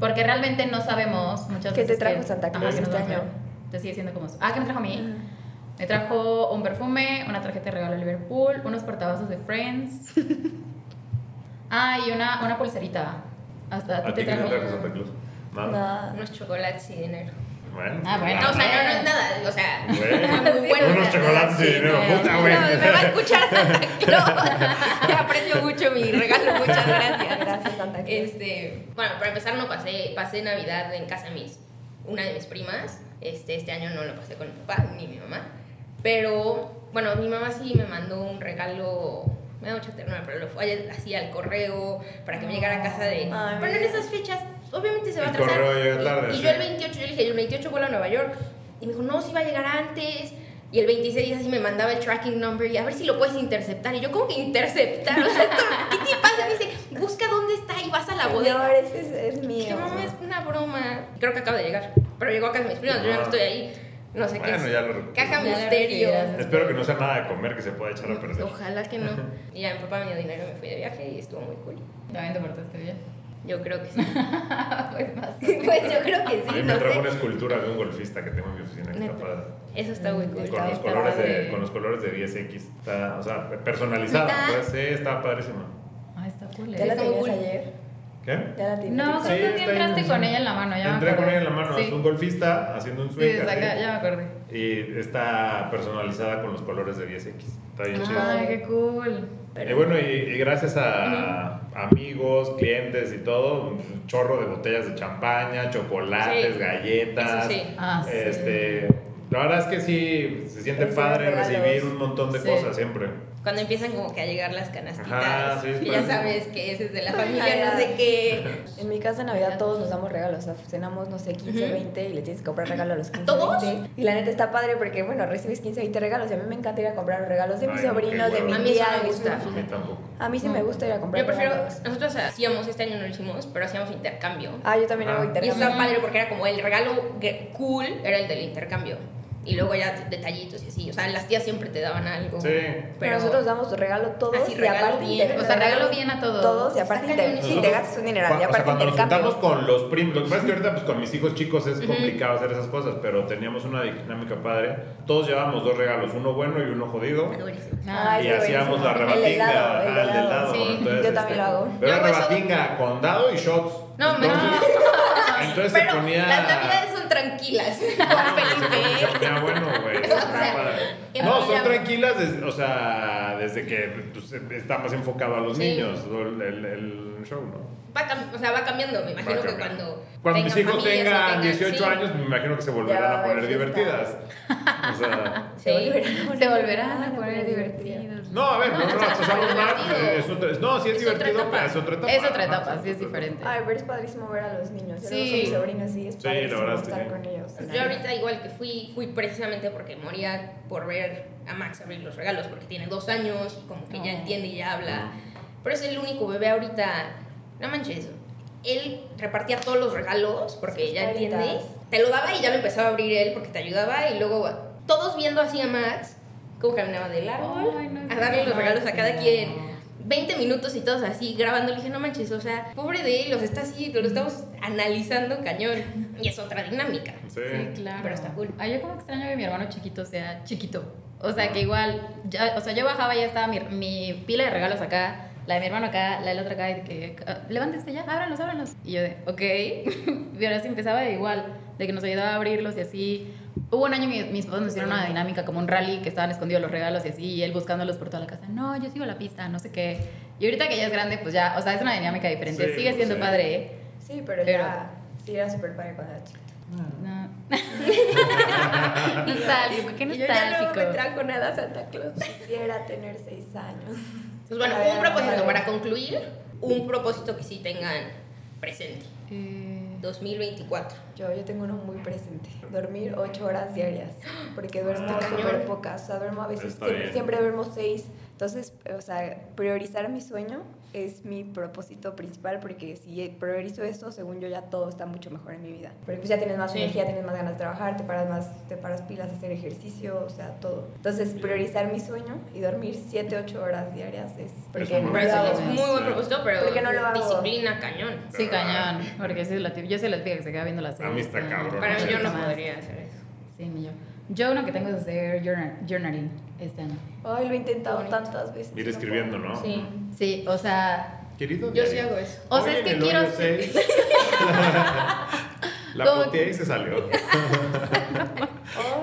[SPEAKER 3] Porque realmente no sabemos muchas
[SPEAKER 2] ¿Qué te
[SPEAKER 3] veces.
[SPEAKER 2] trajo Santa Claus
[SPEAKER 3] que nos
[SPEAKER 2] este
[SPEAKER 3] va a traer.
[SPEAKER 2] año?
[SPEAKER 3] Te sigue siendo como. Ah, ¿qué me trajo a mí? Me trajo un perfume, una tarjeta de regalo de Liverpool, unos portavasos de Friends. ah, y una, una pulserita. Hasta a
[SPEAKER 1] ¿A
[SPEAKER 3] ti
[SPEAKER 1] ti
[SPEAKER 3] te
[SPEAKER 1] qué te
[SPEAKER 3] trajo.
[SPEAKER 1] trajo Santa Claus? Nada.
[SPEAKER 2] No.
[SPEAKER 4] Unos chocolates y dinero.
[SPEAKER 1] Bueno.
[SPEAKER 3] Ah, bueno.
[SPEAKER 4] No, o sea, no, no es nada. O sea,
[SPEAKER 1] Güey,
[SPEAKER 4] muy bueno.
[SPEAKER 1] Unos chocolates de
[SPEAKER 4] Sí,
[SPEAKER 1] dinero,
[SPEAKER 4] no,
[SPEAKER 1] puta,
[SPEAKER 4] no,
[SPEAKER 1] güey.
[SPEAKER 4] me va a escuchar Santa Claus. Te aprecio mucho mi regalo, muchas gracias.
[SPEAKER 2] Gracias, Santa Claus.
[SPEAKER 4] Este, bueno, para empezar no pasé, pasé Navidad en casa de mis, una de mis primas. Este, este año no lo pasé con mi papá ni mi mamá. Pero, bueno, mi mamá sí me mandó un regalo, me da mucha ternura, pero lo fue así al correo para que me llegara a casa de...
[SPEAKER 2] Ay,
[SPEAKER 4] pero en
[SPEAKER 2] mira.
[SPEAKER 4] esas fechas, obviamente se va a
[SPEAKER 1] El
[SPEAKER 4] atrasar.
[SPEAKER 1] correo llega
[SPEAKER 4] Y-
[SPEAKER 1] tarde,
[SPEAKER 4] y
[SPEAKER 1] sí.
[SPEAKER 4] yo el 28, yo le dije, yo el 28 vuelo a Nueva York. Y me dijo, no, si va a llegar antes. Y el 26 así me mandaba el tracking number y a ver si lo puedes interceptar. Y yo, ¿cómo que interceptar? O sea, esto, ¿qué te pasa? Me dice, busca dónde está y vas a la bodega.
[SPEAKER 2] Señor, ese es, es
[SPEAKER 4] Dije,
[SPEAKER 2] mío.
[SPEAKER 4] mamá, es una broma. Creo que acaba de llegar. Pero llegó acá de mis primos, yo ya no estoy ahí. No sé qué
[SPEAKER 1] Bueno,
[SPEAKER 4] es.
[SPEAKER 1] ya lo-
[SPEAKER 4] Caja
[SPEAKER 3] Ya lo
[SPEAKER 4] misterio.
[SPEAKER 3] recibirás.
[SPEAKER 1] Espero que no sea nada de comer que se pueda echar a perder.
[SPEAKER 4] Ojalá que no. Y ya mi papá me dio dinero y me fui de viaje y estuvo muy cool.
[SPEAKER 3] También te portaste bien.
[SPEAKER 4] Yo creo que sí.
[SPEAKER 3] pues más.
[SPEAKER 4] pues yo creo que
[SPEAKER 1] A
[SPEAKER 4] sí.
[SPEAKER 1] mí me
[SPEAKER 4] No
[SPEAKER 1] trajo
[SPEAKER 4] sé.
[SPEAKER 1] una escultura de un golfista que tengo en mi oficina que está
[SPEAKER 4] Neta.
[SPEAKER 1] padre.
[SPEAKER 4] Eso está muy cool.
[SPEAKER 1] Con los,
[SPEAKER 2] está
[SPEAKER 1] colores de,
[SPEAKER 2] padre.
[SPEAKER 1] con los colores de 10X. Está, o sea, personalizada.
[SPEAKER 4] ¿Neta?
[SPEAKER 1] Pues sí, está padrísima.
[SPEAKER 3] Ah, está cool.
[SPEAKER 2] ¿Ya la
[SPEAKER 4] Está muy
[SPEAKER 2] tenías
[SPEAKER 4] cool.
[SPEAKER 2] ayer?
[SPEAKER 1] ¿Qué?
[SPEAKER 2] ¿Ya la tenías?
[SPEAKER 3] No,
[SPEAKER 1] Sí,
[SPEAKER 3] creo que sí
[SPEAKER 1] está
[SPEAKER 3] entraste
[SPEAKER 1] bien.
[SPEAKER 3] con ella en la
[SPEAKER 4] Ah,
[SPEAKER 3] mano. Ya me
[SPEAKER 1] Entré con
[SPEAKER 3] acordé.
[SPEAKER 1] ella en la mano.
[SPEAKER 3] Sí.
[SPEAKER 1] Es un golfista haciendo un
[SPEAKER 3] Sí,
[SPEAKER 1] swing.
[SPEAKER 3] desde
[SPEAKER 1] así,
[SPEAKER 3] acá, ya me acordé.
[SPEAKER 1] Y está personalizada con los colores de 10X. Está
[SPEAKER 4] Ah,
[SPEAKER 1] bien chido.
[SPEAKER 3] Ay, qué cool.
[SPEAKER 1] Y bueno, y, y gracias a amigos, clientes y todo, un chorro de botellas de champaña, chocolates,
[SPEAKER 4] Sí.
[SPEAKER 1] galletas.
[SPEAKER 4] Eso sí.
[SPEAKER 3] Ah, sí.
[SPEAKER 1] Este, la verdad es que sí, se siente
[SPEAKER 2] Reciben
[SPEAKER 1] padre
[SPEAKER 2] regalos.
[SPEAKER 1] recibir un montón de
[SPEAKER 3] Sí.
[SPEAKER 1] cosas siempre.
[SPEAKER 4] Cuando empiezan como que a llegar las canastitas.
[SPEAKER 1] Ajá, sí,
[SPEAKER 4] y
[SPEAKER 1] claro.
[SPEAKER 4] ya sabes que ese es de la
[SPEAKER 2] Ajá.
[SPEAKER 4] familia, no sé qué.
[SPEAKER 2] En mi casa en Navidad todos nos damos regalos, o sea, cenamos, no sé, 15,
[SPEAKER 4] Ujú.
[SPEAKER 2] 20 y le tienes que comprar regalo a los 15,
[SPEAKER 4] todos?
[SPEAKER 2] 20. Y la neta está padre porque, bueno, recibes 15, 20 regalos y a mí me encanta ir a comprar los regalos de mis
[SPEAKER 1] Ay, no, qué
[SPEAKER 2] sobrinos, de
[SPEAKER 1] hueva.
[SPEAKER 2] mi
[SPEAKER 1] A
[SPEAKER 4] mí eso
[SPEAKER 2] tía,
[SPEAKER 4] no me
[SPEAKER 2] de mis
[SPEAKER 4] gusta.
[SPEAKER 1] A mí tampoco.
[SPEAKER 2] A mí sí me gusta ir a comprar
[SPEAKER 4] Yo prefiero,
[SPEAKER 2] regalos.
[SPEAKER 4] nosotros hacíamos, este año no lo hicimos, pero hacíamos intercambio.
[SPEAKER 2] Ah, yo también hago
[SPEAKER 1] Ah.
[SPEAKER 4] y eso
[SPEAKER 2] intercambio.
[SPEAKER 4] estaba padre porque era como el regalo que- cool, era el del intercambio. Y luego ya detallitos y así. O sea, las tías siempre te daban algo.
[SPEAKER 1] Sí.
[SPEAKER 2] Pero nosotros damos regalo todos
[SPEAKER 4] Así,
[SPEAKER 2] y
[SPEAKER 4] regalo
[SPEAKER 2] aparte
[SPEAKER 4] bien.
[SPEAKER 2] inter-
[SPEAKER 3] O sea, regalo bien a todos.
[SPEAKER 2] todos y aparte
[SPEAKER 4] Sácale un
[SPEAKER 2] inter-
[SPEAKER 4] Sí,
[SPEAKER 1] Nosotros-
[SPEAKER 2] y te gastas un dineral
[SPEAKER 1] cua-
[SPEAKER 2] y
[SPEAKER 1] o sea,
[SPEAKER 2] aparte
[SPEAKER 1] cuando nos juntamos
[SPEAKER 2] intercambio.
[SPEAKER 1] con los primos, lo que pasa es que ahorita pues, con mis hijos chicos es complicado hacer esas cosas, pero teníamos una dinámica padre. Todos llevábamos dos regalos, uno bueno y uno jodido.
[SPEAKER 4] Está buenísimo.
[SPEAKER 3] Ah,
[SPEAKER 2] Ay,
[SPEAKER 1] y
[SPEAKER 2] qué
[SPEAKER 1] hacíamos
[SPEAKER 2] buenísimo.
[SPEAKER 1] la
[SPEAKER 2] El
[SPEAKER 1] rebatinga,
[SPEAKER 2] helado,
[SPEAKER 1] ajá,
[SPEAKER 2] el
[SPEAKER 1] el
[SPEAKER 2] helado.
[SPEAKER 1] helado.
[SPEAKER 4] Sí,
[SPEAKER 1] entonces, este,
[SPEAKER 2] yo también lo hago.
[SPEAKER 1] Pero
[SPEAKER 4] Yo
[SPEAKER 1] era
[SPEAKER 4] hago eso-
[SPEAKER 1] rebatinga con dado y shots.
[SPEAKER 4] No, me-
[SPEAKER 1] entonces, entonces
[SPEAKER 4] pero
[SPEAKER 1] se ponía.
[SPEAKER 4] las navidades son tranquilas. Con
[SPEAKER 1] se ponía- se
[SPEAKER 4] Felipe.
[SPEAKER 1] ponía bueno, güey. se
[SPEAKER 4] O
[SPEAKER 1] ponía
[SPEAKER 4] sea,
[SPEAKER 1] padre.
[SPEAKER 4] en
[SPEAKER 1] no,
[SPEAKER 4] realidad-
[SPEAKER 1] son tranquilas, des- o sea, desde que pues, está más enfocado a los
[SPEAKER 4] Sí.
[SPEAKER 1] niños, el- el- el show, ¿no?
[SPEAKER 4] Va cam- o sea, va cambiando, me imagino
[SPEAKER 1] Va a
[SPEAKER 4] que
[SPEAKER 1] cambiar.
[SPEAKER 4] cuando.
[SPEAKER 1] Cuando mis
[SPEAKER 4] tengan
[SPEAKER 1] hijos
[SPEAKER 4] familias o
[SPEAKER 1] tengan 18
[SPEAKER 4] sí.
[SPEAKER 1] años, me imagino que se volverán
[SPEAKER 2] Ya va a
[SPEAKER 1] a
[SPEAKER 2] haber
[SPEAKER 1] poner
[SPEAKER 2] fiesta.
[SPEAKER 1] divertidas. O sea,
[SPEAKER 4] Sí.
[SPEAKER 3] Se volverán a poner divertidos.
[SPEAKER 1] no, a ver, no, no, no, pasamos mal.
[SPEAKER 4] divertido.
[SPEAKER 1] eh, Es otra, no, sí es,
[SPEAKER 4] Es otra
[SPEAKER 1] divertido,
[SPEAKER 4] etapa.
[SPEAKER 1] pero es otra etapa.
[SPEAKER 3] Es
[SPEAKER 1] ajá,
[SPEAKER 3] otra etapa,
[SPEAKER 1] es
[SPEAKER 3] sí es
[SPEAKER 1] otra etapa.
[SPEAKER 3] diferente.
[SPEAKER 2] Ay, pero es padrísimo ver a los niños. Yo
[SPEAKER 3] Sí.
[SPEAKER 2] sí. mis sobrinos, sí, es
[SPEAKER 1] Sí, la
[SPEAKER 2] padrísimo
[SPEAKER 1] verdad es que
[SPEAKER 2] estar
[SPEAKER 1] sí.
[SPEAKER 2] con ellos.
[SPEAKER 4] Yo ahorita igual que fui, fui precisamente porque moría por ver a Max abrir los regalos, porque tiene dos años y como que ya
[SPEAKER 3] Oh.
[SPEAKER 4] entiende y ya habla. Pero es el único bebé ahorita, no manches, él repartía todos los regalos porque
[SPEAKER 2] Sus
[SPEAKER 4] ya
[SPEAKER 2] caritas.
[SPEAKER 4] entiende. Te lo daba y ya lo empezaba a abrir él porque te ayudaba y luego todos viendo así a Max, como caminaba del árbol,
[SPEAKER 3] Ay, no,
[SPEAKER 4] a darle los
[SPEAKER 3] no,
[SPEAKER 4] regalos a cada
[SPEAKER 3] no.
[SPEAKER 4] quien. 20 minutos y todos así grabando. Le dije, no manches, o sea, pobre de él, los está así, lo estamos analizando cañón. Y es otra dinámica.
[SPEAKER 1] Sí.
[SPEAKER 3] claro.
[SPEAKER 4] Pero está cool.
[SPEAKER 3] Ay, yo como extraño que mi hermano chiquito sea chiquito. O sea, que igual, ya- o sea, yo bajaba y ya estaba mi, mi pila de regalos acá, la de mi hermano acá, la del otro acá, y de que, "Ah, levántense ya, ábranlos, ábranlos. Y yo de, ok. Y ahora sí empezaba igual, de que nos ayudaba a abrirlos y así. Hubo un año que mis papás nos hicieron una dinámica como un rally que estaban escondidos los regalos y así, y él buscándolos por toda la casa. No, yo sigo la pista, no sé qué. Y ahorita que ya es grande, pues ya, o sea, es una dinámica diferente.
[SPEAKER 1] Sí,
[SPEAKER 3] Sigue siendo
[SPEAKER 1] sí.
[SPEAKER 3] padre, ¿eh?
[SPEAKER 2] Sí, pero,
[SPEAKER 3] Pero-
[SPEAKER 2] ya. Sí, era súper padre cuando era chiquita.
[SPEAKER 3] No. nostálgico, qué
[SPEAKER 4] Y yo ya no me
[SPEAKER 3] nostálgico.
[SPEAKER 4] trajo nada a Santa Claus.
[SPEAKER 2] Quisiera tener seis años.
[SPEAKER 4] Pues bueno,
[SPEAKER 2] Para
[SPEAKER 4] un
[SPEAKER 2] ver,
[SPEAKER 4] propósito
[SPEAKER 2] para ver.
[SPEAKER 4] para concluir, un propósito que sí tengan presente.
[SPEAKER 3] Eh,
[SPEAKER 4] 2024.
[SPEAKER 2] Yo, yo tengo uno muy presente. Dormir ocho horas diarias. Porque duermo
[SPEAKER 4] Está
[SPEAKER 2] súper
[SPEAKER 4] Ah, cañón.
[SPEAKER 2] pocas. O sea, duermo a veces,
[SPEAKER 1] Está
[SPEAKER 2] siempre,
[SPEAKER 1] bien.
[SPEAKER 2] siempre duermo seis. Entonces, o sea, priorizar mi sueño es mi propósito principal. Porque si priorizo eso, según yo, ya todo está mucho mejor en mi vida. Porque pues ya tienes más
[SPEAKER 4] Sí.
[SPEAKER 2] energía, tienes más ganas de trabajar, te paras más, te paras pilas, hacer ejercicio, o sea, todo. Entonces, priorizar mi sueño y dormir siete, ocho horas diarias es. Porque
[SPEAKER 1] un buen
[SPEAKER 4] Pero
[SPEAKER 2] no lo
[SPEAKER 4] sí,
[SPEAKER 2] hago.
[SPEAKER 4] es muy buen propósito, pero
[SPEAKER 2] ¿Por qué no lo hago?
[SPEAKER 4] disciplina cañón.
[SPEAKER 1] Ah,
[SPEAKER 3] Sí, cañón. Porque sí, lo yo se los digo que se queda viendo la serie.
[SPEAKER 1] A mí está cabrón.
[SPEAKER 4] Para mí yo no
[SPEAKER 1] Más.
[SPEAKER 4] podría hacer eso.
[SPEAKER 3] Sí, ni yo. Yo uno que tengo es hacer journal- journaling este año.
[SPEAKER 2] Ay, lo he intentado
[SPEAKER 4] Bonito.
[SPEAKER 2] tantas veces.
[SPEAKER 1] Ir
[SPEAKER 2] no
[SPEAKER 1] escribiendo,
[SPEAKER 2] puedo.
[SPEAKER 1] ¿no?
[SPEAKER 4] Sí.
[SPEAKER 3] Sí, o sea,
[SPEAKER 1] Querido.
[SPEAKER 4] Yo sí
[SPEAKER 1] diario,
[SPEAKER 4] hago eso.
[SPEAKER 3] O sea,
[SPEAKER 1] hoy
[SPEAKER 3] es
[SPEAKER 1] en
[SPEAKER 3] que
[SPEAKER 1] el
[SPEAKER 3] quiero
[SPEAKER 1] hoyo
[SPEAKER 3] ser-
[SPEAKER 1] seis, La
[SPEAKER 4] Como-
[SPEAKER 1] punteé y se salió.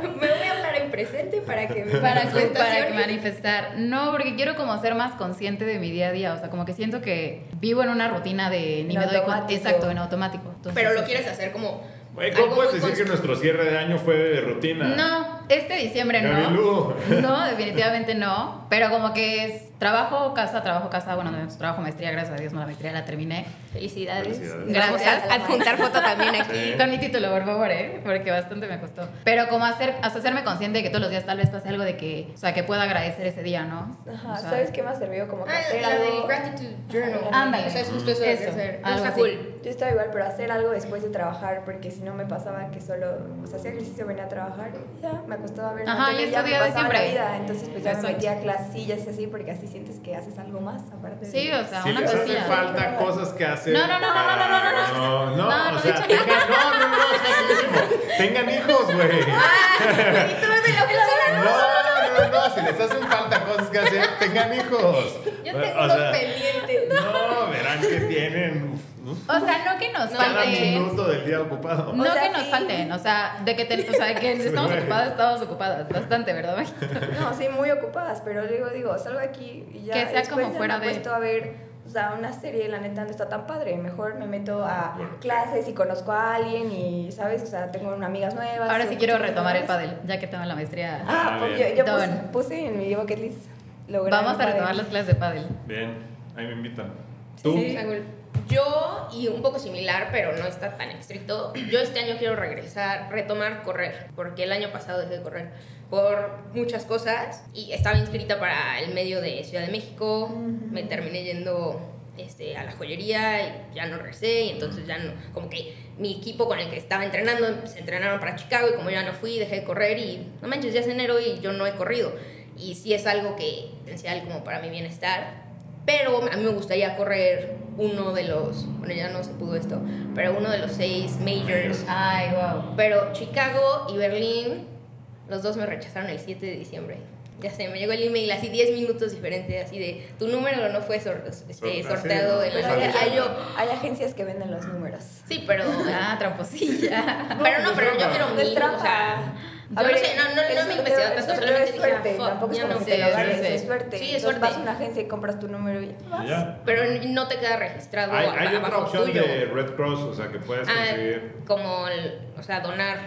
[SPEAKER 4] Me voy a hablar en presente para que me
[SPEAKER 3] para, que- para
[SPEAKER 4] manifestaciones.
[SPEAKER 3] que manifestar. No, porque quiero como ser más consciente de mi día a día. O sea, como que siento que vivo en una rutina de ni
[SPEAKER 2] En
[SPEAKER 3] me doy cuenta.
[SPEAKER 2] automático.
[SPEAKER 3] Exacto, en automático. Entonces,
[SPEAKER 4] Pero lo
[SPEAKER 3] sí.
[SPEAKER 4] quieres hacer como.
[SPEAKER 1] Güey,
[SPEAKER 4] algo
[SPEAKER 1] ¿cómo puedes
[SPEAKER 4] muy
[SPEAKER 1] decir que
[SPEAKER 4] constante.
[SPEAKER 1] nuestro cierre de año fue de rutina?
[SPEAKER 3] No, este diciembre no.
[SPEAKER 1] Gabilú.
[SPEAKER 3] No, definitivamente no. Pero como que es trabajo, casa, trabajo, casa. Bueno, no, pues, trabajo, maestría, gracias a Dios, no la maestría la terminé.
[SPEAKER 4] Felicidades.
[SPEAKER 1] Felicidades.
[SPEAKER 4] Vamos
[SPEAKER 3] Gracias.
[SPEAKER 4] a adjuntar foto también aquí.
[SPEAKER 1] Sí.
[SPEAKER 3] Con mi título, por favor, ¿eh? Porque bastante me costó. Pero como hacer, hasta hacerme consciente de que todos los días tal vez pase algo de que, o sea, que pueda agradecer ese día, ¿no?
[SPEAKER 2] Ajá,
[SPEAKER 3] O sea,
[SPEAKER 2] ¿sabes qué me ha servido? Como que
[SPEAKER 4] Ah,
[SPEAKER 2] hacer
[SPEAKER 4] la del
[SPEAKER 2] algo.
[SPEAKER 4] gratitude journal.
[SPEAKER 3] Ándale.
[SPEAKER 4] O sea, es justo eso de
[SPEAKER 3] Eso,
[SPEAKER 4] hacer.
[SPEAKER 3] algo
[SPEAKER 4] Está
[SPEAKER 3] así.
[SPEAKER 4] cool.
[SPEAKER 2] Yo estaba igual, pero hacer algo después de trabajar, porque si no me pasaba que solo, o sea, hacía ejercicio, venía a trabajar, y ya, me acostaba a ver.
[SPEAKER 3] Ajá,
[SPEAKER 2] tele,
[SPEAKER 3] y
[SPEAKER 2] ya
[SPEAKER 3] es tu
[SPEAKER 2] me
[SPEAKER 3] día de
[SPEAKER 2] pasaba
[SPEAKER 3] siempre.
[SPEAKER 2] la vida, entonces pues ya me
[SPEAKER 3] Exacto.
[SPEAKER 2] metía a clasillas y así, porque así sientes que haces algo más, aparte
[SPEAKER 3] Sí,
[SPEAKER 2] de...
[SPEAKER 3] o sea,
[SPEAKER 1] Si
[SPEAKER 3] una
[SPEAKER 1] les hace
[SPEAKER 3] cosilla.
[SPEAKER 1] falta cosas que hacer.
[SPEAKER 3] No, no, no, no,
[SPEAKER 1] para-
[SPEAKER 3] no, no, no, no.
[SPEAKER 1] No,
[SPEAKER 3] No,
[SPEAKER 1] o
[SPEAKER 3] no,
[SPEAKER 1] sea,
[SPEAKER 3] no.
[SPEAKER 1] tengan, no, no, no, es facilísimo. Tengan hijos, güey. No, no, no, si les hacen falta cosas que hacer, tengan hijos.
[SPEAKER 4] Yo
[SPEAKER 1] O
[SPEAKER 4] tengo unos
[SPEAKER 1] sea,
[SPEAKER 4] pendientes.
[SPEAKER 1] No, verán que tienen uf, uf,
[SPEAKER 3] O sea, no que nos
[SPEAKER 4] No,
[SPEAKER 1] cada
[SPEAKER 3] falte.
[SPEAKER 1] minuto del día ocupado.
[SPEAKER 3] No
[SPEAKER 2] O sea,
[SPEAKER 3] que nos
[SPEAKER 2] sí.
[SPEAKER 3] falten, o sea, de que, te- o sea, que estamos ocupadas, estamos ocupadas, bastante, ¿verdad? Maggie?
[SPEAKER 2] No, sí, muy ocupadas, pero luego digo, salgo aquí y ya.
[SPEAKER 3] Que sea
[SPEAKER 2] después
[SPEAKER 3] como
[SPEAKER 2] ya me
[SPEAKER 3] fuera de-
[SPEAKER 2] acuesto a ver, o sea, una serie, la neta no está tan padre, mejor me meto a
[SPEAKER 1] Bueno.
[SPEAKER 2] clases y conozco a alguien y, ¿sabes? O sea, tengo unas amigas nuevas.
[SPEAKER 3] Ahora
[SPEAKER 2] o
[SPEAKER 3] sí quiero
[SPEAKER 2] muchas
[SPEAKER 3] retomar el
[SPEAKER 2] nuevas.
[SPEAKER 3] pádel, ya que tengo la maestría.
[SPEAKER 2] Ah,
[SPEAKER 1] A
[SPEAKER 2] pues yo,
[SPEAKER 1] ver.
[SPEAKER 2] yo puse,
[SPEAKER 3] Don.
[SPEAKER 2] puse en mi bucket list. lograr
[SPEAKER 3] Vamos
[SPEAKER 2] el
[SPEAKER 3] a
[SPEAKER 2] pádel.
[SPEAKER 3] retomar las clases de pádel.
[SPEAKER 1] Bien, ahí me invitan. ¿Tú?
[SPEAKER 2] Sí.
[SPEAKER 4] Está cool. Yo, y un poco similar, pero no está tan estricto, yo este año quiero regresar, retomar correr, porque el año pasado dejé de correr por muchas cosas y estaba inscrita para el medio de Ciudad de México, me terminé yendo este, a la joyería y ya no regresé, y entonces ya no, como que mi equipo con el que estaba entrenando se entrenaron para Chicago y como ya no fui, dejé de correr y no manches, ya es enero y yo no he corrido. Y sí es algo que es esencial como para mi bienestar, pero a mí me gustaría correr uno de los, bueno ya no se pudo esto, pero uno de los seis majors.
[SPEAKER 3] Ay, wow.
[SPEAKER 4] Pero Chicago y Berlín, los dos me rechazaron el 7 de diciembre. Ya sé, me llegó el email así 10 minutos diferente, así de tu número no fue sor- este,
[SPEAKER 1] Sorteo,
[SPEAKER 4] sorteado
[SPEAKER 1] sí,
[SPEAKER 4] en
[SPEAKER 1] no,
[SPEAKER 4] la
[SPEAKER 2] Pero hay,
[SPEAKER 1] Ojalá.
[SPEAKER 4] Ah,
[SPEAKER 2] hay-
[SPEAKER 4] yo-
[SPEAKER 2] hay agencias que venden los números.
[SPEAKER 4] Sí, pero...
[SPEAKER 3] Ah, tramposilla.
[SPEAKER 4] Pero no, pero yo quiero
[SPEAKER 2] No
[SPEAKER 4] mi...
[SPEAKER 2] es
[SPEAKER 4] O sea,
[SPEAKER 2] trampa.
[SPEAKER 4] yo no sé, no, no,
[SPEAKER 2] el
[SPEAKER 4] no me
[SPEAKER 2] sorteo-
[SPEAKER 4] investigué
[SPEAKER 2] el
[SPEAKER 4] tanto,
[SPEAKER 2] sorteo
[SPEAKER 4] solamente
[SPEAKER 2] es
[SPEAKER 4] dije,
[SPEAKER 2] suerte,
[SPEAKER 4] "Fuck,
[SPEAKER 2] tampoco es
[SPEAKER 4] ya
[SPEAKER 2] como
[SPEAKER 4] no
[SPEAKER 2] que
[SPEAKER 3] sé".
[SPEAKER 2] te lo ganes,
[SPEAKER 3] Sí, sí,
[SPEAKER 2] es
[SPEAKER 3] sí.
[SPEAKER 2] suerte.
[SPEAKER 4] Sí, es
[SPEAKER 2] Entonces
[SPEAKER 4] suerte.
[SPEAKER 2] vas a una agencia y compras tu número y ya vas.
[SPEAKER 1] Ya.
[SPEAKER 4] pero no te queda registrado
[SPEAKER 1] Hay,
[SPEAKER 4] a-
[SPEAKER 1] hay otra
[SPEAKER 4] abajo
[SPEAKER 1] opción
[SPEAKER 4] tuyo.
[SPEAKER 1] de Red Cross, o sea, que puedes
[SPEAKER 4] Ah,
[SPEAKER 1] conseguir.
[SPEAKER 4] como, el- o sea, donar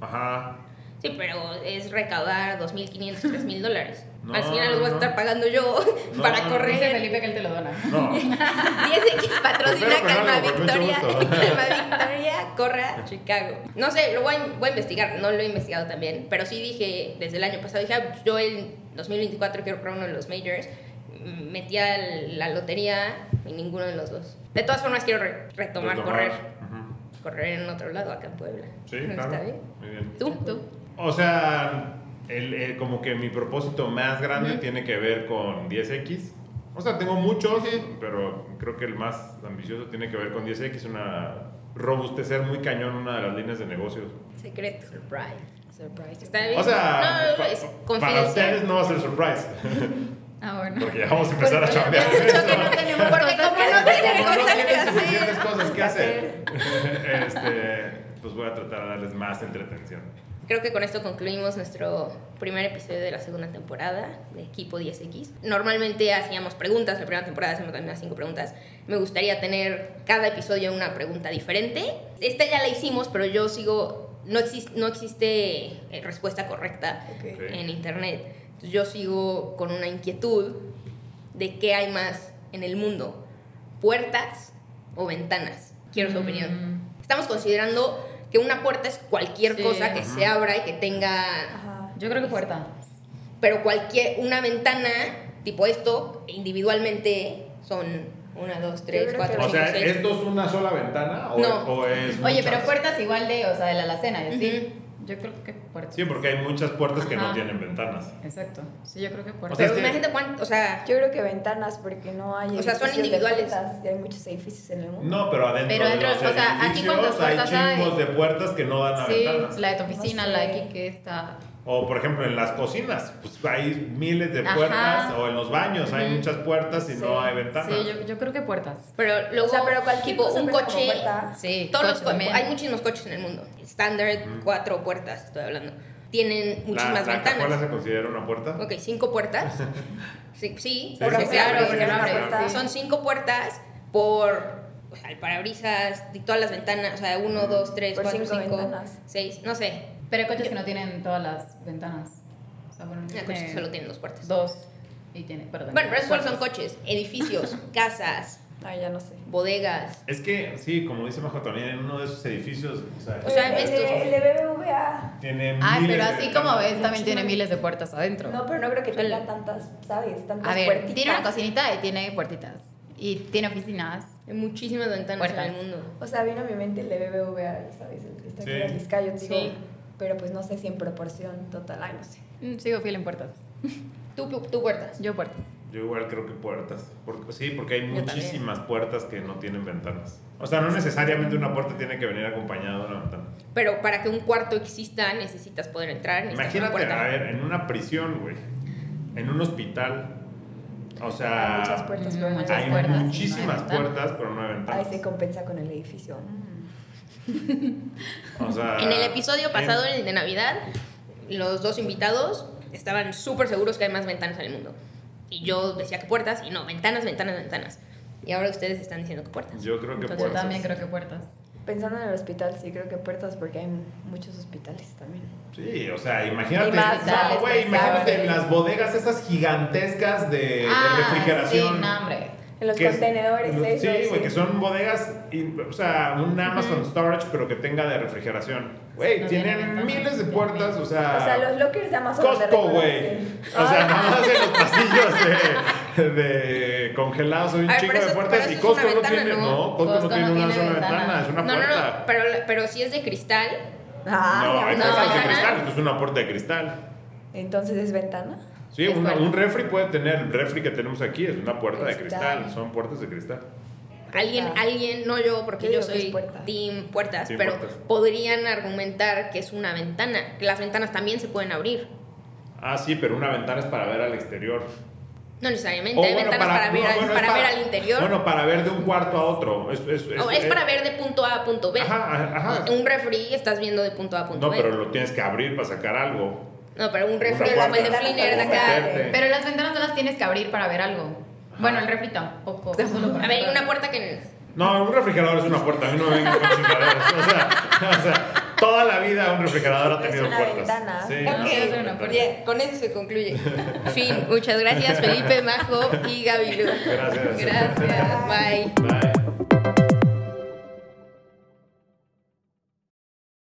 [SPEAKER 1] Ajá.
[SPEAKER 4] Sí, pero es recaudar 2.500, 3.000 dólares.
[SPEAKER 1] No,
[SPEAKER 4] Al final los voy a
[SPEAKER 1] no.
[SPEAKER 4] estar pagando yo
[SPEAKER 1] No,
[SPEAKER 4] para
[SPEAKER 1] no,
[SPEAKER 3] Dice
[SPEAKER 4] correr.
[SPEAKER 3] Felipe que él te lo dona.
[SPEAKER 1] No.
[SPEAKER 4] 10X patrocina
[SPEAKER 1] Espero que no,
[SPEAKER 4] Calma
[SPEAKER 1] con mucho
[SPEAKER 4] Victoria.
[SPEAKER 1] gusto.
[SPEAKER 4] Calma Victoria, corra a Chicago. No sé, lo voy a, voy a investigar. No lo he investigado también. Pero sí dije, desde el año pasado, dije, ah, yo en 2024 quiero correr uno de los majors. Mm, Metí a la lotería y ninguno de los dos. De todas formas, quiero re-
[SPEAKER 1] Retomar.
[SPEAKER 4] retomar correr.
[SPEAKER 1] Ujú.
[SPEAKER 4] Correr en otro lado, acá en Puebla.
[SPEAKER 1] Sí,
[SPEAKER 4] ¿Está
[SPEAKER 1] claro.
[SPEAKER 4] bien?
[SPEAKER 1] Muy bien.
[SPEAKER 4] ¿Tú? ¿Tú?
[SPEAKER 1] O sea, el- el- como que mi propósito más grande tiene que ver con 10X. O sea, tengo muchos, pero creo que el más ambicioso tiene que ver con 10X, una robustecer muy cañón una de las líneas de negocios.
[SPEAKER 4] Secreto. Surprise.
[SPEAKER 3] Surprise.
[SPEAKER 4] Está bien.
[SPEAKER 1] O sea,
[SPEAKER 4] no, no, no,
[SPEAKER 1] pa-
[SPEAKER 4] es
[SPEAKER 1] para
[SPEAKER 4] confidencial.
[SPEAKER 1] ustedes no va a ser surprise,
[SPEAKER 3] Ah, bueno.
[SPEAKER 1] porque ya vamos
[SPEAKER 4] Pues,
[SPEAKER 1] a empezar a chambear.
[SPEAKER 3] que no tenemos
[SPEAKER 4] Porque
[SPEAKER 3] cosas
[SPEAKER 4] como
[SPEAKER 3] que
[SPEAKER 4] no
[SPEAKER 3] hacer.
[SPEAKER 4] tienen
[SPEAKER 1] Como no
[SPEAKER 4] cosas que
[SPEAKER 1] tienen suficientes
[SPEAKER 4] hacer.
[SPEAKER 1] cosas que hacer, este, pues voy a tratar de darles más entretención.
[SPEAKER 4] Creo que con esto concluimos nuestro primer episodio de la segunda temporada de Equipo 10X. Normalmente hacíamos preguntas, la primera temporada hacemos también las cinco preguntas. Me gustaría tener cada episodio una pregunta diferente. Esta ya la hicimos, pero yo sigo... No, exis- no existe eh, respuesta correcta
[SPEAKER 2] Ok.
[SPEAKER 1] Ok.
[SPEAKER 4] en internet. Entonces, yo sigo con una inquietud de qué hay más en el mundo, puertas o ventanas. Quiero
[SPEAKER 2] Mm.
[SPEAKER 4] su opinión. Estamos considerando que una puerta es cualquier
[SPEAKER 3] Sí.
[SPEAKER 4] cosa que se abra y que tenga,
[SPEAKER 2] Ajá.
[SPEAKER 3] Yo creo que puerta.
[SPEAKER 4] pero cualquier una ventana tipo esto individualmente son una, dos, tres,
[SPEAKER 2] creo
[SPEAKER 4] cuatro,
[SPEAKER 2] que-
[SPEAKER 1] O
[SPEAKER 4] cinco,
[SPEAKER 1] sea,
[SPEAKER 4] seis.
[SPEAKER 1] ¿esto es una sola ventana o,
[SPEAKER 4] No.
[SPEAKER 1] o es
[SPEAKER 3] Oye, pero
[SPEAKER 1] muchas?
[SPEAKER 3] puertas igual de, o sea, de la alacena, y así. Yo creo que puerta.
[SPEAKER 1] Sí, porque hay muchas puertas que no
[SPEAKER 3] Ajá.
[SPEAKER 1] tienen ventanas.
[SPEAKER 3] Exacto. Sí, yo creo que puerta.
[SPEAKER 1] o sea, es
[SPEAKER 4] pero
[SPEAKER 1] que-
[SPEAKER 4] imagínate cuánto, o sea,
[SPEAKER 2] Yo creo que ventanas, porque no hay.
[SPEAKER 4] O sea, son
[SPEAKER 2] edificios de
[SPEAKER 4] individuales.
[SPEAKER 2] puertas, Y hay muchos edificios en el mundo.
[SPEAKER 1] No, pero adentro
[SPEAKER 3] Pero
[SPEAKER 1] de
[SPEAKER 3] dentro-
[SPEAKER 1] los
[SPEAKER 3] o sea, ¿aquí
[SPEAKER 1] edificios
[SPEAKER 3] cuántas
[SPEAKER 1] hay
[SPEAKER 3] puertas hay?
[SPEAKER 1] chingos de puertas que no dan a
[SPEAKER 3] Sí,
[SPEAKER 1] ventanas.
[SPEAKER 3] la de tu oficina,
[SPEAKER 2] No sé.
[SPEAKER 3] la de aquí que está.
[SPEAKER 1] O por ejemplo en las cocinas, pues hay miles de
[SPEAKER 3] Ajá.
[SPEAKER 1] puertas, o en los baños hay
[SPEAKER 3] Ujú.
[SPEAKER 1] muchas puertas y no hay ventanas.
[SPEAKER 3] Sí, yo, yo creo que puertas.
[SPEAKER 4] Pero luego,
[SPEAKER 2] O sea, pero cualquier
[SPEAKER 4] tipo,
[SPEAKER 2] cosa
[SPEAKER 4] un
[SPEAKER 2] empieza con
[SPEAKER 4] coche.
[SPEAKER 2] puerta.
[SPEAKER 3] Sí,
[SPEAKER 4] todos los
[SPEAKER 3] coche
[SPEAKER 4] co-
[SPEAKER 3] también.
[SPEAKER 4] Hay muchísimos coches en el mundo. Standard, cuatro puertas, estoy hablando. Tienen
[SPEAKER 1] La,
[SPEAKER 4] muchísimas
[SPEAKER 1] la
[SPEAKER 4] ventanas.
[SPEAKER 1] cajuela se considera una puerta.
[SPEAKER 4] Ok, cinco puertas. Sí, sí,
[SPEAKER 1] Por
[SPEAKER 4] porque
[SPEAKER 1] afuera,
[SPEAKER 4] claro,
[SPEAKER 1] sí,
[SPEAKER 4] porque
[SPEAKER 1] claro,
[SPEAKER 4] abre.
[SPEAKER 1] claro.
[SPEAKER 4] pues, Son cinco puertas por o sea, el parabrisas y todas las ventanas. O sea, uno, dos, tres,
[SPEAKER 2] Por
[SPEAKER 4] cuatro,
[SPEAKER 2] cinco
[SPEAKER 4] cinco,
[SPEAKER 2] ventanas.
[SPEAKER 4] seis, no sé.
[SPEAKER 3] Pero hay coches que no tienen todas las ventanas. O sea, bueno,
[SPEAKER 4] El coche
[SPEAKER 3] tiene
[SPEAKER 4] solo tiene dos puertas.
[SPEAKER 3] dos y tiene, perdón.
[SPEAKER 4] Bueno, pero esos solo son coches, edificios, casas,
[SPEAKER 2] Ay, Ah, ya no sé.
[SPEAKER 4] bodegas.
[SPEAKER 1] Es que, sí, como dice Majo, también en uno de esos edificios, o sea,
[SPEAKER 4] O sea,
[SPEAKER 2] el,
[SPEAKER 4] estos-
[SPEAKER 2] de- el de BBVA.
[SPEAKER 1] tiene
[SPEAKER 3] Ay,
[SPEAKER 1] miles
[SPEAKER 3] ah, pero
[SPEAKER 1] de
[SPEAKER 3] así
[SPEAKER 1] ventanas.
[SPEAKER 3] como ves, también tiene miles de puertas adentro.
[SPEAKER 2] No, pero no creo que tenga
[SPEAKER 4] Vale.
[SPEAKER 2] tantas, ¿sabes? Tantas
[SPEAKER 3] A ver,
[SPEAKER 2] puertitas.
[SPEAKER 3] tiene una cocinita y tiene puertitas. Y tiene oficinas.
[SPEAKER 4] Hay muchísimas ventanas
[SPEAKER 3] Puertas.
[SPEAKER 4] en el mundo.
[SPEAKER 2] O sea, vino a mi mente el de BBVA, ¿sabes? El que está aquí
[SPEAKER 1] Sí.
[SPEAKER 2] en Vizcaya, yo digo,
[SPEAKER 4] Sí.
[SPEAKER 2] pero pues no sé si en proporción total, ay, no sé.
[SPEAKER 3] Mm, Sigo fiel en puertas.
[SPEAKER 4] Tú, pu- tú puertas.
[SPEAKER 3] Yo puertas.
[SPEAKER 1] Yo igual creo que puertas. Porque, sí, porque hay
[SPEAKER 3] Yo también.
[SPEAKER 1] muchísimas puertas que no tienen ventanas. O sea, no necesariamente una puerta tiene que venir acompañada de una ventana.
[SPEAKER 4] Pero para que un cuarto exista necesitas poder entrar. necesitas una
[SPEAKER 1] Imagínate, a
[SPEAKER 4] puerta.
[SPEAKER 1] ver, en una prisión, güey. En un hospital. O
[SPEAKER 2] Hay muchas
[SPEAKER 1] sea,
[SPEAKER 2] puertas,
[SPEAKER 3] mm,
[SPEAKER 2] pero no
[SPEAKER 3] muchas
[SPEAKER 2] hay
[SPEAKER 1] Ah, hay
[SPEAKER 2] puertas.
[SPEAKER 3] puertas.
[SPEAKER 1] muchísimas
[SPEAKER 3] y no hay
[SPEAKER 1] puertas, pero no hay
[SPEAKER 2] Ahí
[SPEAKER 1] ventanas.
[SPEAKER 2] se compensa con el edificio.
[SPEAKER 1] O sea,
[SPEAKER 4] En el episodio
[SPEAKER 1] ah, en-
[SPEAKER 4] pasado, en el de Navidad, los dos invitados estaban súper seguros que hay más ventanas en el mundo. Y yo decía que puertas, y no, ventanas, ventanas, ventanas. Y ahora ustedes están diciendo que puertas.
[SPEAKER 1] Yo creo que
[SPEAKER 4] Entonces,
[SPEAKER 3] Yo
[SPEAKER 1] puertas.
[SPEAKER 3] también creo que puertas.
[SPEAKER 2] Pensando en el hospital, sí creo que puertas, porque hay muchos hospitales también.
[SPEAKER 1] Sí, o sea, imagínate.
[SPEAKER 2] Y más,
[SPEAKER 1] no,
[SPEAKER 2] ¿sabes?
[SPEAKER 1] güey, imagínate
[SPEAKER 2] ¿sabes?
[SPEAKER 1] en las bodegas esas gigantescas de, Eh, de refrigeración.
[SPEAKER 3] Ah, Sí, no, hombre.
[SPEAKER 2] En los
[SPEAKER 1] que es-
[SPEAKER 2] contenedores,
[SPEAKER 1] los-
[SPEAKER 2] eso,
[SPEAKER 1] Sí, güey, que son bodegas, y, o sea, un Amazon Storage, pero que tenga de refrigeración. Güey,
[SPEAKER 3] No tiene
[SPEAKER 1] tienen
[SPEAKER 3] ventanas,
[SPEAKER 1] miles de
[SPEAKER 3] tiene
[SPEAKER 1] puertas, o sea...
[SPEAKER 2] O sea, los lockers de Amazon. los de
[SPEAKER 1] Costco,
[SPEAKER 2] recuerdo,
[SPEAKER 1] güey.
[SPEAKER 2] sí.
[SPEAKER 1] O sea,
[SPEAKER 2] Ah,
[SPEAKER 1] nada más en los pasillos de, de congelados hay un
[SPEAKER 4] A ver,
[SPEAKER 1] chico
[SPEAKER 4] pero
[SPEAKER 1] de
[SPEAKER 4] eso-
[SPEAKER 1] puertas
[SPEAKER 4] pero
[SPEAKER 1] y
[SPEAKER 4] eso es
[SPEAKER 1] Costco
[SPEAKER 4] una
[SPEAKER 1] no
[SPEAKER 4] ventana,
[SPEAKER 1] tiene,
[SPEAKER 4] ¿no?
[SPEAKER 1] no, Costco, no tiene una sola ventana, es una
[SPEAKER 4] No, no, no,
[SPEAKER 1] puerta.
[SPEAKER 4] pero, pero si es de cristal,
[SPEAKER 1] No,
[SPEAKER 2] Ah. ay,
[SPEAKER 1] esto
[SPEAKER 4] no,
[SPEAKER 1] es de
[SPEAKER 4] ventana.
[SPEAKER 1] cristal, esto es una puerta de cristal.
[SPEAKER 2] Entonces es ventana.
[SPEAKER 1] Sí,
[SPEAKER 3] Es
[SPEAKER 1] una-
[SPEAKER 3] puerta.
[SPEAKER 1] un refri puede tener, el refri que tenemos aquí es una puerta de cristal,
[SPEAKER 2] Cristal.
[SPEAKER 1] son puertas de cristal.
[SPEAKER 4] alguien,
[SPEAKER 2] Puerta.
[SPEAKER 4] alguien, no yo, porque
[SPEAKER 2] Yo
[SPEAKER 4] yo,
[SPEAKER 2] digo que
[SPEAKER 4] soy
[SPEAKER 2] es puerta.
[SPEAKER 4] team puertas,
[SPEAKER 1] Team
[SPEAKER 4] pero
[SPEAKER 1] puertas.
[SPEAKER 4] podrían argumentar que es una ventana, que las ventanas también se pueden abrir.
[SPEAKER 1] Ah, sí, pero una ventana es para ver al exterior.
[SPEAKER 4] No necesariamente,
[SPEAKER 1] O
[SPEAKER 4] hay
[SPEAKER 1] Oh, bueno,
[SPEAKER 4] ventanas para,
[SPEAKER 1] no,
[SPEAKER 4] ver, al-
[SPEAKER 1] bueno, es
[SPEAKER 4] para ver al interior.
[SPEAKER 1] Bueno, para ver de un cuarto a otro. Es, es,
[SPEAKER 4] O es para ver de punto A a punto B.
[SPEAKER 1] Ajá, ajá.
[SPEAKER 4] Un refri estás viendo de punto A a punto
[SPEAKER 1] No,
[SPEAKER 4] B.
[SPEAKER 1] pero lo tienes que abrir para sacar algo.
[SPEAKER 4] No, pero un refri
[SPEAKER 1] Una
[SPEAKER 4] como el de
[SPEAKER 1] puerta.
[SPEAKER 4] Fliner de
[SPEAKER 1] O
[SPEAKER 4] acá.
[SPEAKER 1] meterte.
[SPEAKER 3] Pero las ventanas no las tienes que abrir para ver algo. Bueno, el refri tampoco. solo para
[SPEAKER 4] A ver,
[SPEAKER 3] ver.
[SPEAKER 4] una puerta que.
[SPEAKER 1] No, un refrigerador es una puerta. A mí no me vengan con chingaderas. O sea, o sea, toda la vida un refrigerador ha
[SPEAKER 2] Es
[SPEAKER 1] tenido
[SPEAKER 2] una
[SPEAKER 1] puertas.
[SPEAKER 2] ventana.
[SPEAKER 1] Sí,
[SPEAKER 4] Ok.
[SPEAKER 1] no, es una ventana.
[SPEAKER 4] Ya, con eso se concluye. fin. Muchas gracias, Felipe, Majo y Gabilu.
[SPEAKER 1] Gracias.
[SPEAKER 4] Gracias. Bye.
[SPEAKER 1] Bye.